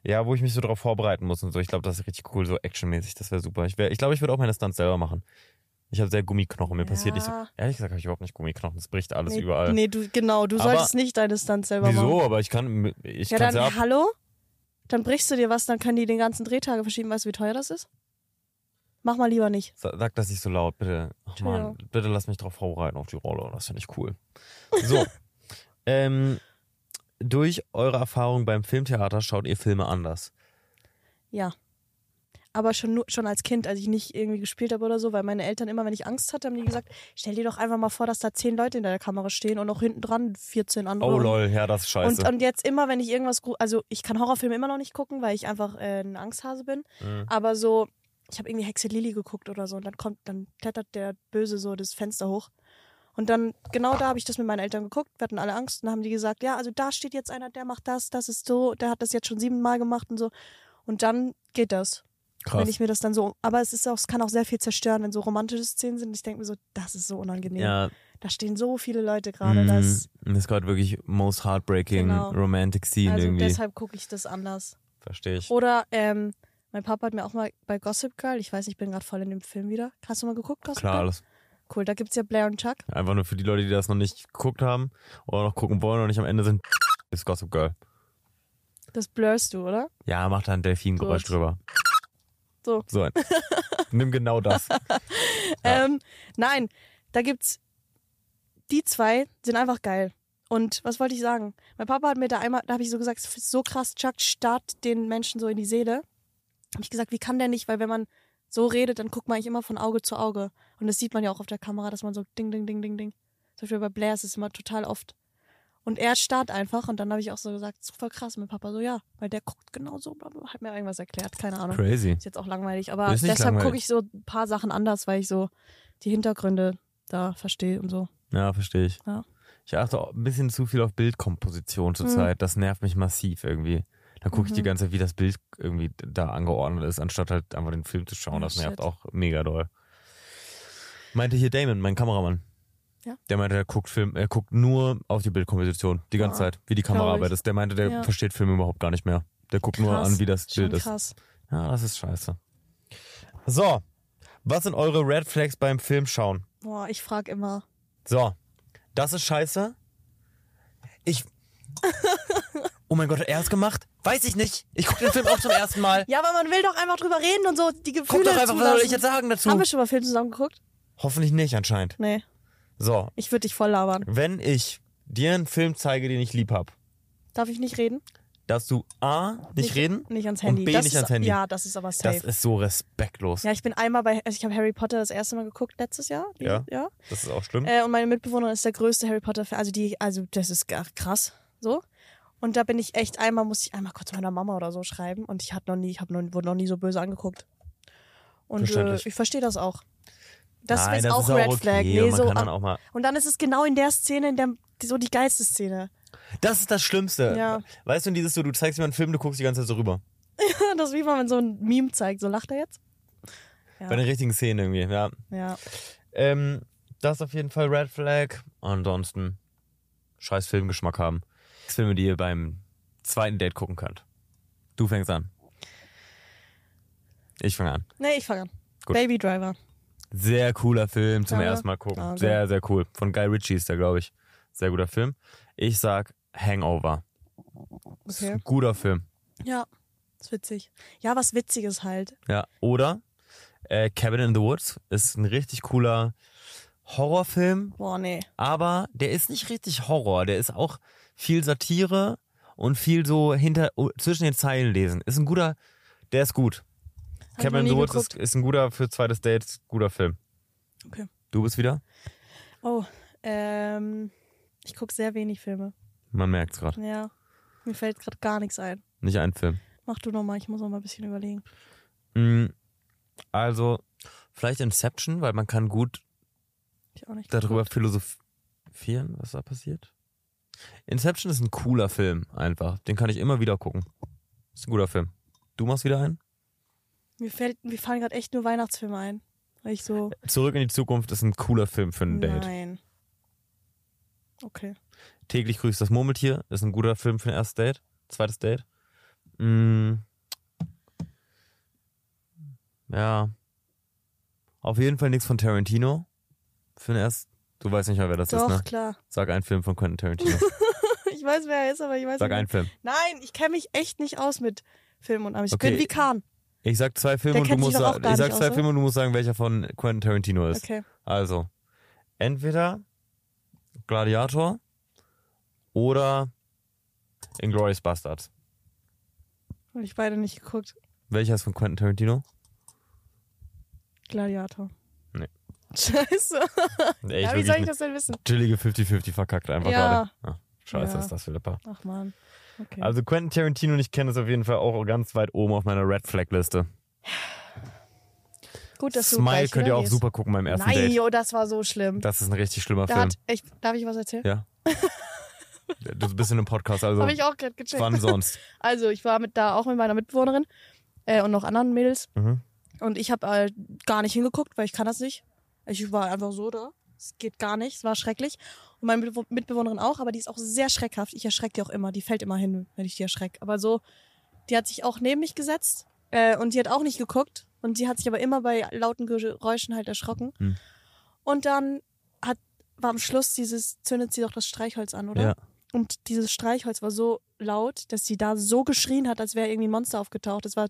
Speaker 1: Ja, wo ich mich so drauf vorbereiten muss und so. Ich glaube, das ist richtig cool, so actionmäßig. Das wäre super. Ich, wär, ich glaube, ich würde auch meine Stunts selber machen. Ich habe sehr Gummiknochen. Mir passiert nicht so.
Speaker 2: Ja.
Speaker 1: Ehrlich gesagt habe ich überhaupt nicht Gummiknochen. Es bricht alles
Speaker 2: nee,
Speaker 1: überall.
Speaker 2: Nee, du, genau, du
Speaker 1: Aber-
Speaker 2: solltest nicht deine Stunts selber machen.
Speaker 1: Wieso? Aber ich kann. Ich
Speaker 2: Ja,
Speaker 1: kann's
Speaker 2: dann
Speaker 1: ja ab.
Speaker 2: hallo? Dann brichst du dir was, dann können die den ganzen Drehtage verschieben. Weißt du, wie teuer das ist? Mach mal lieber nicht.
Speaker 1: Sa- Sag das nicht so laut, bitte. Ach man,
Speaker 2: Entschuldigung.
Speaker 1: bitte lass mich drauf vorbereiten auf die Rolle. Das finde ich cool. So. ähm, durch eure Erfahrung beim Filmtheater schaut ihr Filme anders.
Speaker 2: Ja. Aber schon, nur, schon als Kind, als ich nicht irgendwie gespielt habe oder so, weil meine Eltern immer, wenn ich Angst hatte, haben die gesagt, stell dir doch einfach mal vor, dass da zehn Leute hinter der Kamera stehen und auch hinten dran 14 andere.
Speaker 1: Oh
Speaker 2: und
Speaker 1: lol, ja, das ist scheiße.
Speaker 2: Mhm. Und, und jetzt immer, wenn ich irgendwas, gru- also ich kann Horrorfilme immer noch nicht gucken, weil ich einfach äh, ein Angsthase bin.
Speaker 1: Mhm.
Speaker 2: Aber so, ich habe irgendwie Hexe Lili geguckt oder so und dann kommt, dann klettert der Böse so das Fenster hoch. Und dann, genau da habe ich das mit meinen Eltern geguckt, wir hatten alle Angst und dann haben die gesagt, ja, also da steht jetzt einer, der macht das, das ist so, der hat das jetzt schon siebenmal gemacht und so. Und dann geht das, wenn ich mir das dann so, aber es ist auch, es kann auch sehr viel zerstören, wenn so romantische Szenen sind. Ich denke mir so, das ist so unangenehm.
Speaker 1: ja,
Speaker 2: Da stehen so viele Leute gerade, da
Speaker 1: Mhm.
Speaker 2: ist
Speaker 1: Das gerade wirklich most heartbreaking
Speaker 2: Genau.
Speaker 1: romantic scene
Speaker 2: also
Speaker 1: irgendwie.
Speaker 2: deshalb gucke ich das anders.
Speaker 1: Verstehe ich.
Speaker 2: Oder ähm, mein Papa hat mir auch mal bei Gossip Girl, ich weiß, ich bin gerade voll in dem Film wieder. Hast du mal geguckt, Gossip
Speaker 1: Klar,
Speaker 2: Girl?
Speaker 1: alles.
Speaker 2: Cool, da gibt's ja Blair und Chuck.
Speaker 1: Einfach nur für die Leute, die das noch nicht geguckt haben oder noch gucken wollen und nicht am Ende sind, ist Gossip Girl.
Speaker 2: Das blurst du, oder?
Speaker 1: Ja, mach da ein Delfingeräusch
Speaker 2: Gut.
Speaker 1: drüber.
Speaker 2: So.
Speaker 1: So. ein- Nimm genau das. Ja.
Speaker 2: Ähm, nein, da gibt's die zwei sind einfach geil. Und was wollte ich sagen? Mein Papa hat mir da einmal, da habe ich so gesagt, es ist so krass, Chuck starrt den Menschen so in die Seele. Habe ich gesagt, wie kann der nicht? Weil wenn man so redet, dann guckt man eigentlich immer von Auge zu Auge. Und das sieht man ja auch auf der Kamera, dass man so ding, ding, ding, ding, ding. Zum Beispiel bei Blair ist es immer total oft. Und er starrt einfach und dann habe ich auch so gesagt, es ist voll krass, mein Papa so, ja, weil der guckt genau so, bla, bla, hat mir irgendwas erklärt, keine Ahnung.
Speaker 1: Crazy.
Speaker 2: Ist jetzt auch langweilig, aber
Speaker 1: Ist nicht
Speaker 2: deshalb
Speaker 1: langweilig.
Speaker 2: gucke ich so ein paar Sachen anders, weil ich so die Hintergründe da verstehe und so.
Speaker 1: Ja, verstehe ich.
Speaker 2: Ja.
Speaker 1: Ich achte auch ein bisschen zu viel auf Bildkomposition zurzeit. Das nervt mich massiv irgendwie. Da gucke ich die
Speaker 2: Mhm.
Speaker 1: ganze Zeit, wie das Bild irgendwie da angeordnet ist, anstatt halt einfach den Film zu schauen.
Speaker 2: Ja,
Speaker 1: das nervt
Speaker 2: shit.
Speaker 1: auch mega doll. Meinte hier Damon, mein Kameramann.
Speaker 2: Ja.
Speaker 1: Der meinte, der guckt Film, er guckt nur auf die Bildkomposition die ganze
Speaker 2: Ah,
Speaker 1: Zeit, wie die Kameraarbeit
Speaker 2: ich.
Speaker 1: ist. Der meinte, der
Speaker 2: Ja.
Speaker 1: versteht Film überhaupt gar nicht mehr. Der guckt nur
Speaker 2: Krass,
Speaker 1: an, wie das
Speaker 2: Schon
Speaker 1: Bild ist.
Speaker 2: krass.
Speaker 1: Ja, das ist scheiße. So, was sind eure Red Flags beim Filmschauen?
Speaker 2: Boah, ich frage immer.
Speaker 1: So, das ist scheiße. Ich. Oh mein Gott, hat er es gemacht? Weiß ich nicht. Ich gucke den Film auch zum ersten Mal.
Speaker 2: Ja, aber man will doch einfach drüber reden und so die Gefühle
Speaker 1: Guck doch einfach, was soll
Speaker 2: zulassen.
Speaker 1: ich jetzt sagen dazu?
Speaker 2: Haben wir schon mal Film zusammen geguckt?
Speaker 1: Hoffentlich nicht anscheinend.
Speaker 2: Nee,
Speaker 1: So,
Speaker 2: ich würde dich voll labern.
Speaker 1: wenn ich dir einen Film zeige, den ich lieb hab,
Speaker 2: Darf ich nicht reden?
Speaker 1: darfst du A, nicht, reden
Speaker 2: Nicht ans
Speaker 1: und
Speaker 2: Handy.
Speaker 1: B,
Speaker 2: das
Speaker 1: nicht
Speaker 2: ist,
Speaker 1: ans Handy.
Speaker 2: Ja, das ist aber safe.
Speaker 1: Das ist so respektlos.
Speaker 2: ja, ich bin einmal bei, also ich habe Harry Potter das erste Mal geguckt letztes Jahr. Die-
Speaker 1: Ja.
Speaker 2: ja.
Speaker 1: Das ist auch schlimm.
Speaker 2: Äh, und meine Mitbewohnerin ist der größte Harry Potter-Fan. Also die, also das ist gar krass. So. Und da bin ich echt einmal, muss ich einmal kurz meiner Mama oder so schreiben. Und ich hatte noch nie, ich hab noch, wurde noch nie so böse angeguckt. Und äh,
Speaker 1: Verständlich.
Speaker 2: ich verstehe das auch. Das
Speaker 1: Nein,
Speaker 2: ist
Speaker 1: das
Speaker 2: auch
Speaker 1: ist
Speaker 2: Red
Speaker 1: okay.
Speaker 2: Flag.
Speaker 1: und
Speaker 2: Nee,
Speaker 1: man
Speaker 2: so,
Speaker 1: kann dann
Speaker 2: ab-
Speaker 1: auch mal
Speaker 2: und dann ist es genau in der Szene, in der die- so die geilste Szene.
Speaker 1: das ist das Schlimmste.
Speaker 2: Ja.
Speaker 1: Weißt du, dieses so, du zeigst jemanden einen Film, du guckst die ganze Zeit so rüber.
Speaker 2: das ist wie wenn man so ein Meme zeigt. So lacht er jetzt. Ja.
Speaker 1: Bei den richtigen Szenen irgendwie, ja.
Speaker 2: Ja.
Speaker 1: Ähm, das auf jeden Fall Red Flag. Ansonsten scheiß Filmgeschmack haben. Filme, die ihr beim zweiten Date gucken könnt. Du fängst an. Ich fange an.
Speaker 2: Nee, ich fange an.
Speaker 1: Gut.
Speaker 2: Baby Driver.
Speaker 1: Sehr cooler Film zum
Speaker 2: Ja.
Speaker 1: ersten Mal gucken.
Speaker 2: Ah, okay.
Speaker 1: Sehr, sehr cool. Von Guy Ritchie ist der, glaube ich. Sehr guter Film. Ich sag Hangover. Ist
Speaker 2: Okay.
Speaker 1: ein guter Film.
Speaker 2: Ja. Ist witzig. Ja, was Witziges halt.
Speaker 1: Ja. Oder äh, Cabin in the Woods ist ein richtig cooler Horrorfilm,
Speaker 2: Boah, nee.
Speaker 1: aber der ist nicht richtig Horror. Der ist auch viel Satire und viel so hinter oh, zwischen den Zeilen lesen. Ist ein guter, der ist gut.
Speaker 2: Hab ich noch
Speaker 1: Cameron
Speaker 2: nie
Speaker 1: Woods
Speaker 2: geguckt.
Speaker 1: ist, ist ein guter für zweites Date, guter Film.
Speaker 2: Okay.
Speaker 1: Du bist wieder?
Speaker 2: Oh, ähm, ich gucke sehr wenig Filme.
Speaker 1: Man merkt's gerade.
Speaker 2: Ja, mir fällt gerade gar nichts ein.
Speaker 1: Nicht ein Film.
Speaker 2: Mach du nochmal, ich muss noch mal ein bisschen überlegen.
Speaker 1: Mm, Also, vielleicht Inception, weil man kann gut
Speaker 2: Ich auch nicht.
Speaker 1: darüber philosophieren, was da passiert. Inception ist ein cooler Film, einfach. Den kann ich immer wieder gucken. Ist ein guter Film. Du machst wieder einen?
Speaker 2: Mir, fällt, mir fallen gerade echt nur Weihnachtsfilme ein. Weil ich so.
Speaker 1: Zurück in die Zukunft ist ein cooler Film für ein Date.
Speaker 2: Nein. Okay.
Speaker 1: Täglich grüßt das Murmeltier ist ein guter Film für ein erstes Date. Zweites Date. Mm. Ja. Auf jeden Fall nichts von Tarantino. Für ein erstes. Du weißt nicht mal, wer das
Speaker 2: Doch,
Speaker 1: ist, ne?
Speaker 2: klar.
Speaker 1: Sag einen Film von Quentin Tarantino.
Speaker 2: Ich weiß, wer er ist, aber ich weiß
Speaker 1: Sag
Speaker 2: nicht.
Speaker 1: einen Film.
Speaker 2: Nein, ich kenne mich echt nicht aus mit Filmen und allem. Ich
Speaker 1: Okay.
Speaker 2: bin wie Kahn.
Speaker 1: Ich sag zwei Filme
Speaker 2: Der
Speaker 1: und du
Speaker 2: kennt sich
Speaker 1: musst
Speaker 2: doch auch
Speaker 1: sagen,
Speaker 2: gar
Speaker 1: ich sag
Speaker 2: nicht
Speaker 1: zwei
Speaker 2: aus,
Speaker 1: Filme und du musst sagen, welcher von Quentin Tarantino ist.
Speaker 2: Okay.
Speaker 1: Also, entweder Gladiator oder Inglourious Bastards.
Speaker 2: Habe ich beide nicht geguckt.
Speaker 1: Welcher ist von Quentin Tarantino?
Speaker 2: Gladiator.
Speaker 1: Nee.
Speaker 2: Scheiße.
Speaker 1: Ey,
Speaker 2: Ja, wie soll ich das denn wissen?
Speaker 1: Chillige 50-50 verkackt einfach
Speaker 2: Ja.
Speaker 1: gerade. Ja, scheiße
Speaker 2: Ja.
Speaker 1: ist das, Philippa.
Speaker 2: Ach man. Okay.
Speaker 1: Also Quentin Tarantino, und ich kenne es auf jeden Fall auch ganz weit oben auf meiner Red Flag Liste.
Speaker 2: Gut, dass du
Speaker 1: Smile
Speaker 2: gleich
Speaker 1: könnt ihr auch
Speaker 2: wieder gehst.
Speaker 1: super gucken beim ersten
Speaker 2: Nein,
Speaker 1: Date.
Speaker 2: jo, das war so schlimm.
Speaker 1: Das ist ein richtig schlimmer
Speaker 2: Da
Speaker 1: Film.
Speaker 2: hat, ich, darf ich was erzählen?
Speaker 1: Ja. du bist in einem Podcast, also
Speaker 2: Habe ich auch gerade gecheckt.
Speaker 1: wann sonst?
Speaker 2: Also, ich war mit da auch mit meiner Mitbewohnerin äh, und noch anderen Mädels.
Speaker 1: Mhm.
Speaker 2: Und ich habe äh, gar nicht hingeguckt, weil ich kann das nicht. Ich war einfach so da. Es geht gar nicht. Es war schrecklich. Und meine Mitbew- Mitbewohnerin auch, aber die ist auch sehr schreckhaft. Ich erschrecke die auch immer. Die fällt immer hin, wenn ich die erschrecke. Aber so, die hat sich auch neben mich gesetzt äh, und die hat auch nicht geguckt. Und die hat sich aber immer bei lauten Geräuschen halt erschrocken.
Speaker 1: Hm.
Speaker 2: Und dann hat, war am Schluss dieses, zündet sie doch das Streichholz an, oder?
Speaker 1: Ja.
Speaker 2: Und dieses Streichholz war so laut, dass sie da so geschrien hat, als wäre irgendwie ein Monster aufgetaucht. Es war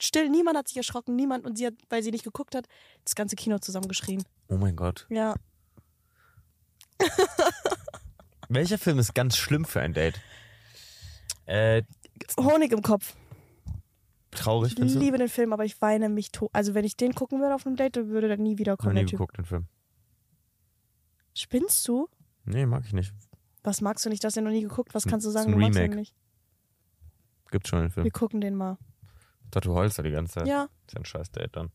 Speaker 2: still, niemand hat sich erschrocken, niemand. Und sie hat, weil sie nicht geguckt hat, das ganze Kino zusammengeschrien.
Speaker 1: Oh mein Gott.
Speaker 2: Ja.
Speaker 1: Welcher Film ist ganz schlimm für ein Date? Äh,
Speaker 2: Honig im Kopf.
Speaker 1: traurig,
Speaker 2: Ich
Speaker 1: findest du?
Speaker 2: liebe den Film, aber ich weine mich tot. Also wenn ich den gucken würde auf einem Date, dann würde der nie
Speaker 1: Noch
Speaker 2: wiederkommen.
Speaker 1: nie
Speaker 2: Der typ.
Speaker 1: geguckt, den Film.
Speaker 2: Spinnst du?
Speaker 1: Nee, mag ich nicht.
Speaker 2: Was magst du nicht, dass er noch nie geguckt? Was kannst du
Speaker 1: Ist ein
Speaker 2: sagen? Du magst ihn
Speaker 1: Remake.
Speaker 2: nicht.
Speaker 1: Gibt schon den
Speaker 2: Wir
Speaker 1: Film.
Speaker 2: gucken den mal.
Speaker 1: Tattoo Holster die ganze Zeit.
Speaker 2: Ja,
Speaker 1: Ist ja ein scheiß Date dann.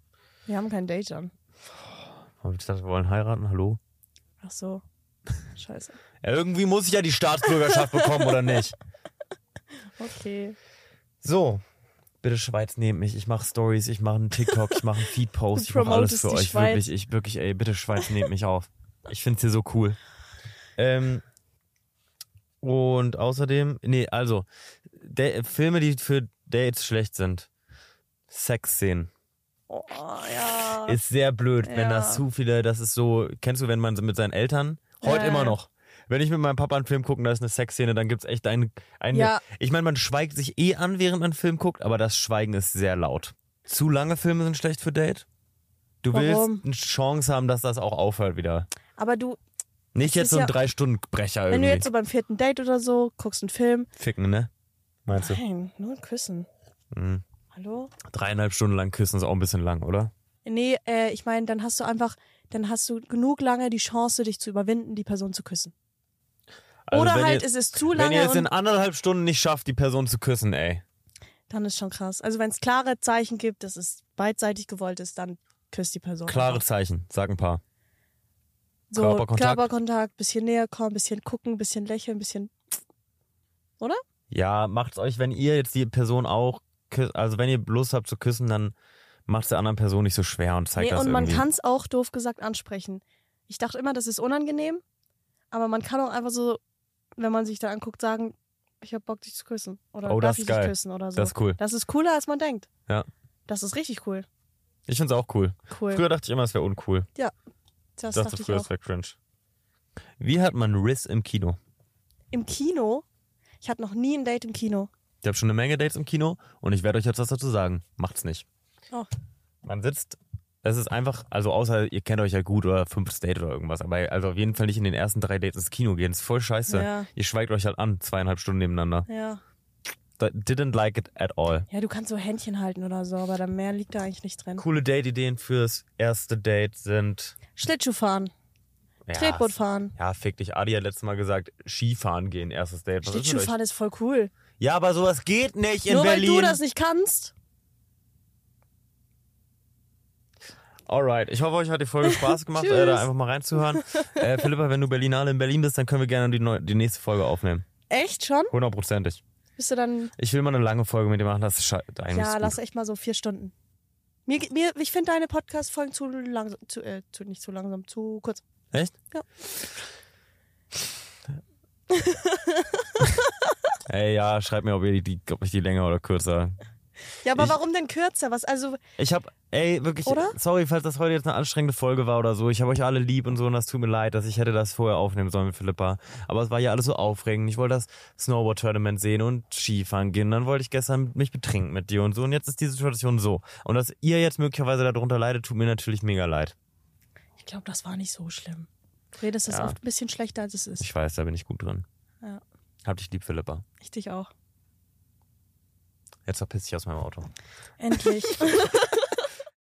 Speaker 2: wir haben kein Date dann.
Speaker 1: Hab ich gesagt, wir wollen heiraten, hallo?
Speaker 2: Ach so. Scheiße.
Speaker 1: Ja, irgendwie muss ich ja die Staatsbürgerschaft bekommen, oder nicht?
Speaker 2: Okay.
Speaker 1: So. Bitte Schweiz nehmt mich. Ich mache Stories, ich mache einen TikTok, ich mache einen Feed-Post,
Speaker 2: Du
Speaker 1: ich mache alles
Speaker 2: promotest
Speaker 1: für
Speaker 2: die
Speaker 1: euch.
Speaker 2: Schweiz.
Speaker 1: Wirklich, ich wirklich, ey, bitte Schweiz nehmt mich auf. Ich find's hier so cool. Ähm, und außerdem, nee, also, Da- Filme, die für Dates schlecht sind. Sexszenen.
Speaker 2: Oh, ja.
Speaker 1: Ist sehr blöd, wenn
Speaker 2: Ja.
Speaker 1: das zu viele, das ist so, kennst du, wenn man so mit seinen Eltern, heute
Speaker 2: Ja.
Speaker 1: immer noch, wenn ich mit meinem Papa einen Film gucke, da ist eine Sexszene, dann gibt's echt eine, eine
Speaker 2: Ja.
Speaker 1: ich meine, man schweigt sich eh an, während man einen Film guckt, aber das Schweigen ist sehr laut. Zu lange Filme sind schlecht für Date. Du
Speaker 2: Warum?
Speaker 1: willst eine Chance haben, dass das auch aufhört wieder.
Speaker 2: aber du,
Speaker 1: Nicht
Speaker 2: Das
Speaker 1: jetzt
Speaker 2: ist
Speaker 1: so ein
Speaker 2: ja-
Speaker 1: Drei-Stunden-Brecher
Speaker 2: wenn du
Speaker 1: irgendwie.
Speaker 2: jetzt so beim vierten Date oder so guckst einen Film,
Speaker 1: Ficken, ne? Meinst du?
Speaker 2: Nein, nur ein Küssen.
Speaker 1: Mhm.
Speaker 2: Hallo?
Speaker 1: Dreieinhalb Stunden lang küssen ist auch ein bisschen lang, oder?
Speaker 2: Nee, äh, ich meine, dann hast du einfach, dann hast du genug lange die Chance, dich zu überwinden, die Person zu küssen.
Speaker 1: Also
Speaker 2: Oder
Speaker 1: wenn
Speaker 2: halt,
Speaker 1: ihr,
Speaker 2: es ist zu
Speaker 1: Wenn ihr
Speaker 2: lange
Speaker 1: es in
Speaker 2: und
Speaker 1: anderthalb Stunden nicht schafft, die Person zu küssen, ey.
Speaker 2: dann ist schon krass. Also wenn es klare Zeichen gibt, dass es beidseitig gewollt ist, dann küsst die Person.
Speaker 1: Klare Zeichen, sag ein paar.
Speaker 2: so,
Speaker 1: Körperkontakt.
Speaker 2: Körperkontakt, bisschen näher kommen, bisschen gucken, bisschen lächeln, bisschen.
Speaker 1: Ja, macht's euch, wenn ihr jetzt die Person auch, kü- also wenn ihr Lust habt zu küssen, dann macht's der anderen Person nicht so schwer und zeigt
Speaker 2: Nee,
Speaker 1: das
Speaker 2: und man
Speaker 1: irgendwie.
Speaker 2: kann es auch doof gesagt ansprechen. Ich dachte immer, das ist unangenehm, aber man kann auch einfach so, wenn man sich da anguckt, sagen, ich hab Bock, dich zu küssen. Oder
Speaker 1: Oh,
Speaker 2: darf
Speaker 1: das
Speaker 2: ich
Speaker 1: ist geil.
Speaker 2: dich küssen oder so.
Speaker 1: Das ist cool.
Speaker 2: Das ist cooler, als man denkt.
Speaker 1: Ja.
Speaker 2: Das ist richtig cool.
Speaker 1: Ich find's auch cool.
Speaker 2: Cool.
Speaker 1: Früher dachte ich immer, es wäre uncool.
Speaker 2: das
Speaker 1: ich dachte
Speaker 2: dachte ich
Speaker 1: früher,
Speaker 2: auch.
Speaker 1: es wäre cringe. Wie hat man Riss im Kino?
Speaker 2: Im Kino, ich hatte noch nie ein Date im Kino.
Speaker 1: Ich habe schon eine Menge Dates im Kino und ich werde euch jetzt was dazu sagen. Macht's nicht.
Speaker 2: Oh.
Speaker 1: Man sitzt, es ist einfach, also außer ihr kennt euch ja gut oder fünftes Date oder irgendwas, aber also auf jeden Fall nicht in den ersten drei Dates ins Kino gehen. ist voll scheiße.
Speaker 2: Ja.
Speaker 1: Ihr schweigt euch halt an, zweieinhalb Stunden nebeneinander.
Speaker 2: Ja.
Speaker 1: Da- Didn't like it at all.
Speaker 2: Ja, du kannst so Händchen halten oder so, aber da mehr liegt da eigentlich nicht drin.
Speaker 1: coole Date-Ideen fürs erste Date sind.
Speaker 2: Schlittschuh fahren,
Speaker 1: Ja,
Speaker 2: Tretboot fahren.
Speaker 1: Ja, fick dich. Adi hat letztes Mal gesagt, Skifahren gehen, erstes Date. Was ist
Speaker 2: Schlittschuh
Speaker 1: mit euch?
Speaker 2: fahren ist voll cool.
Speaker 1: Ja, aber sowas geht nicht in
Speaker 2: Nur
Speaker 1: Berlin.
Speaker 2: weil du das nicht kannst.
Speaker 1: Alright, ich hoffe, euch hat die Folge Spaß gemacht, äh, da einfach mal reinzuhören. Äh, Philippa, wenn du Berlinale in Berlin bist, dann können wir gerne die, neu die nächste Folge aufnehmen.
Speaker 2: Echt schon?
Speaker 1: Hundertprozentig.
Speaker 2: Bist du dann.
Speaker 1: Ich will mal eine lange Folge mit dir machen, das ist schei- eigentlich ist
Speaker 2: ja,
Speaker 1: gut.
Speaker 2: lass echt mal so vier Stunden. Mir, ge- mir, ich finde deine Podcast-Folgen zu langsam. Zu, äh, zu, nicht zu langsam, zu kurz.
Speaker 1: Echt?
Speaker 2: Ja.
Speaker 1: Ey, ja, schreibt mir, ob, ihr die, die, ob ich die länger oder kürzer.
Speaker 2: Ja, aber
Speaker 1: Ich-
Speaker 2: warum denn kürzer? Was, also,
Speaker 1: Ich hab, ey, wirklich,
Speaker 2: Oder?
Speaker 1: sorry, falls das heute jetzt eine anstrengende Folge war oder so. Ich habe euch alle lieb und so und das tut mir leid, dass ich hätte das vorher aufnehmen sollen mit Philippa. Aber es war ja alles so aufregend. Ich wollte das Snowboard-Tournament sehen und Skifahren gehen. Dann wollte ich gestern mich betrinken mit dir und so. Und jetzt ist die Situation so. Und dass ihr jetzt möglicherweise darunter leidet, tut mir natürlich mega leid.
Speaker 2: ich glaube, das war nicht so schlimm. Du redest das
Speaker 1: Ja.
Speaker 2: oft ein bisschen schlechter, als es ist.
Speaker 1: Ich weiß, da bin ich gut drin.
Speaker 2: Ja.
Speaker 1: Hab dich lieb, Philippa.
Speaker 2: Ich dich auch.
Speaker 1: Jetzt verpiss dich aus meinem Auto.
Speaker 2: Endlich.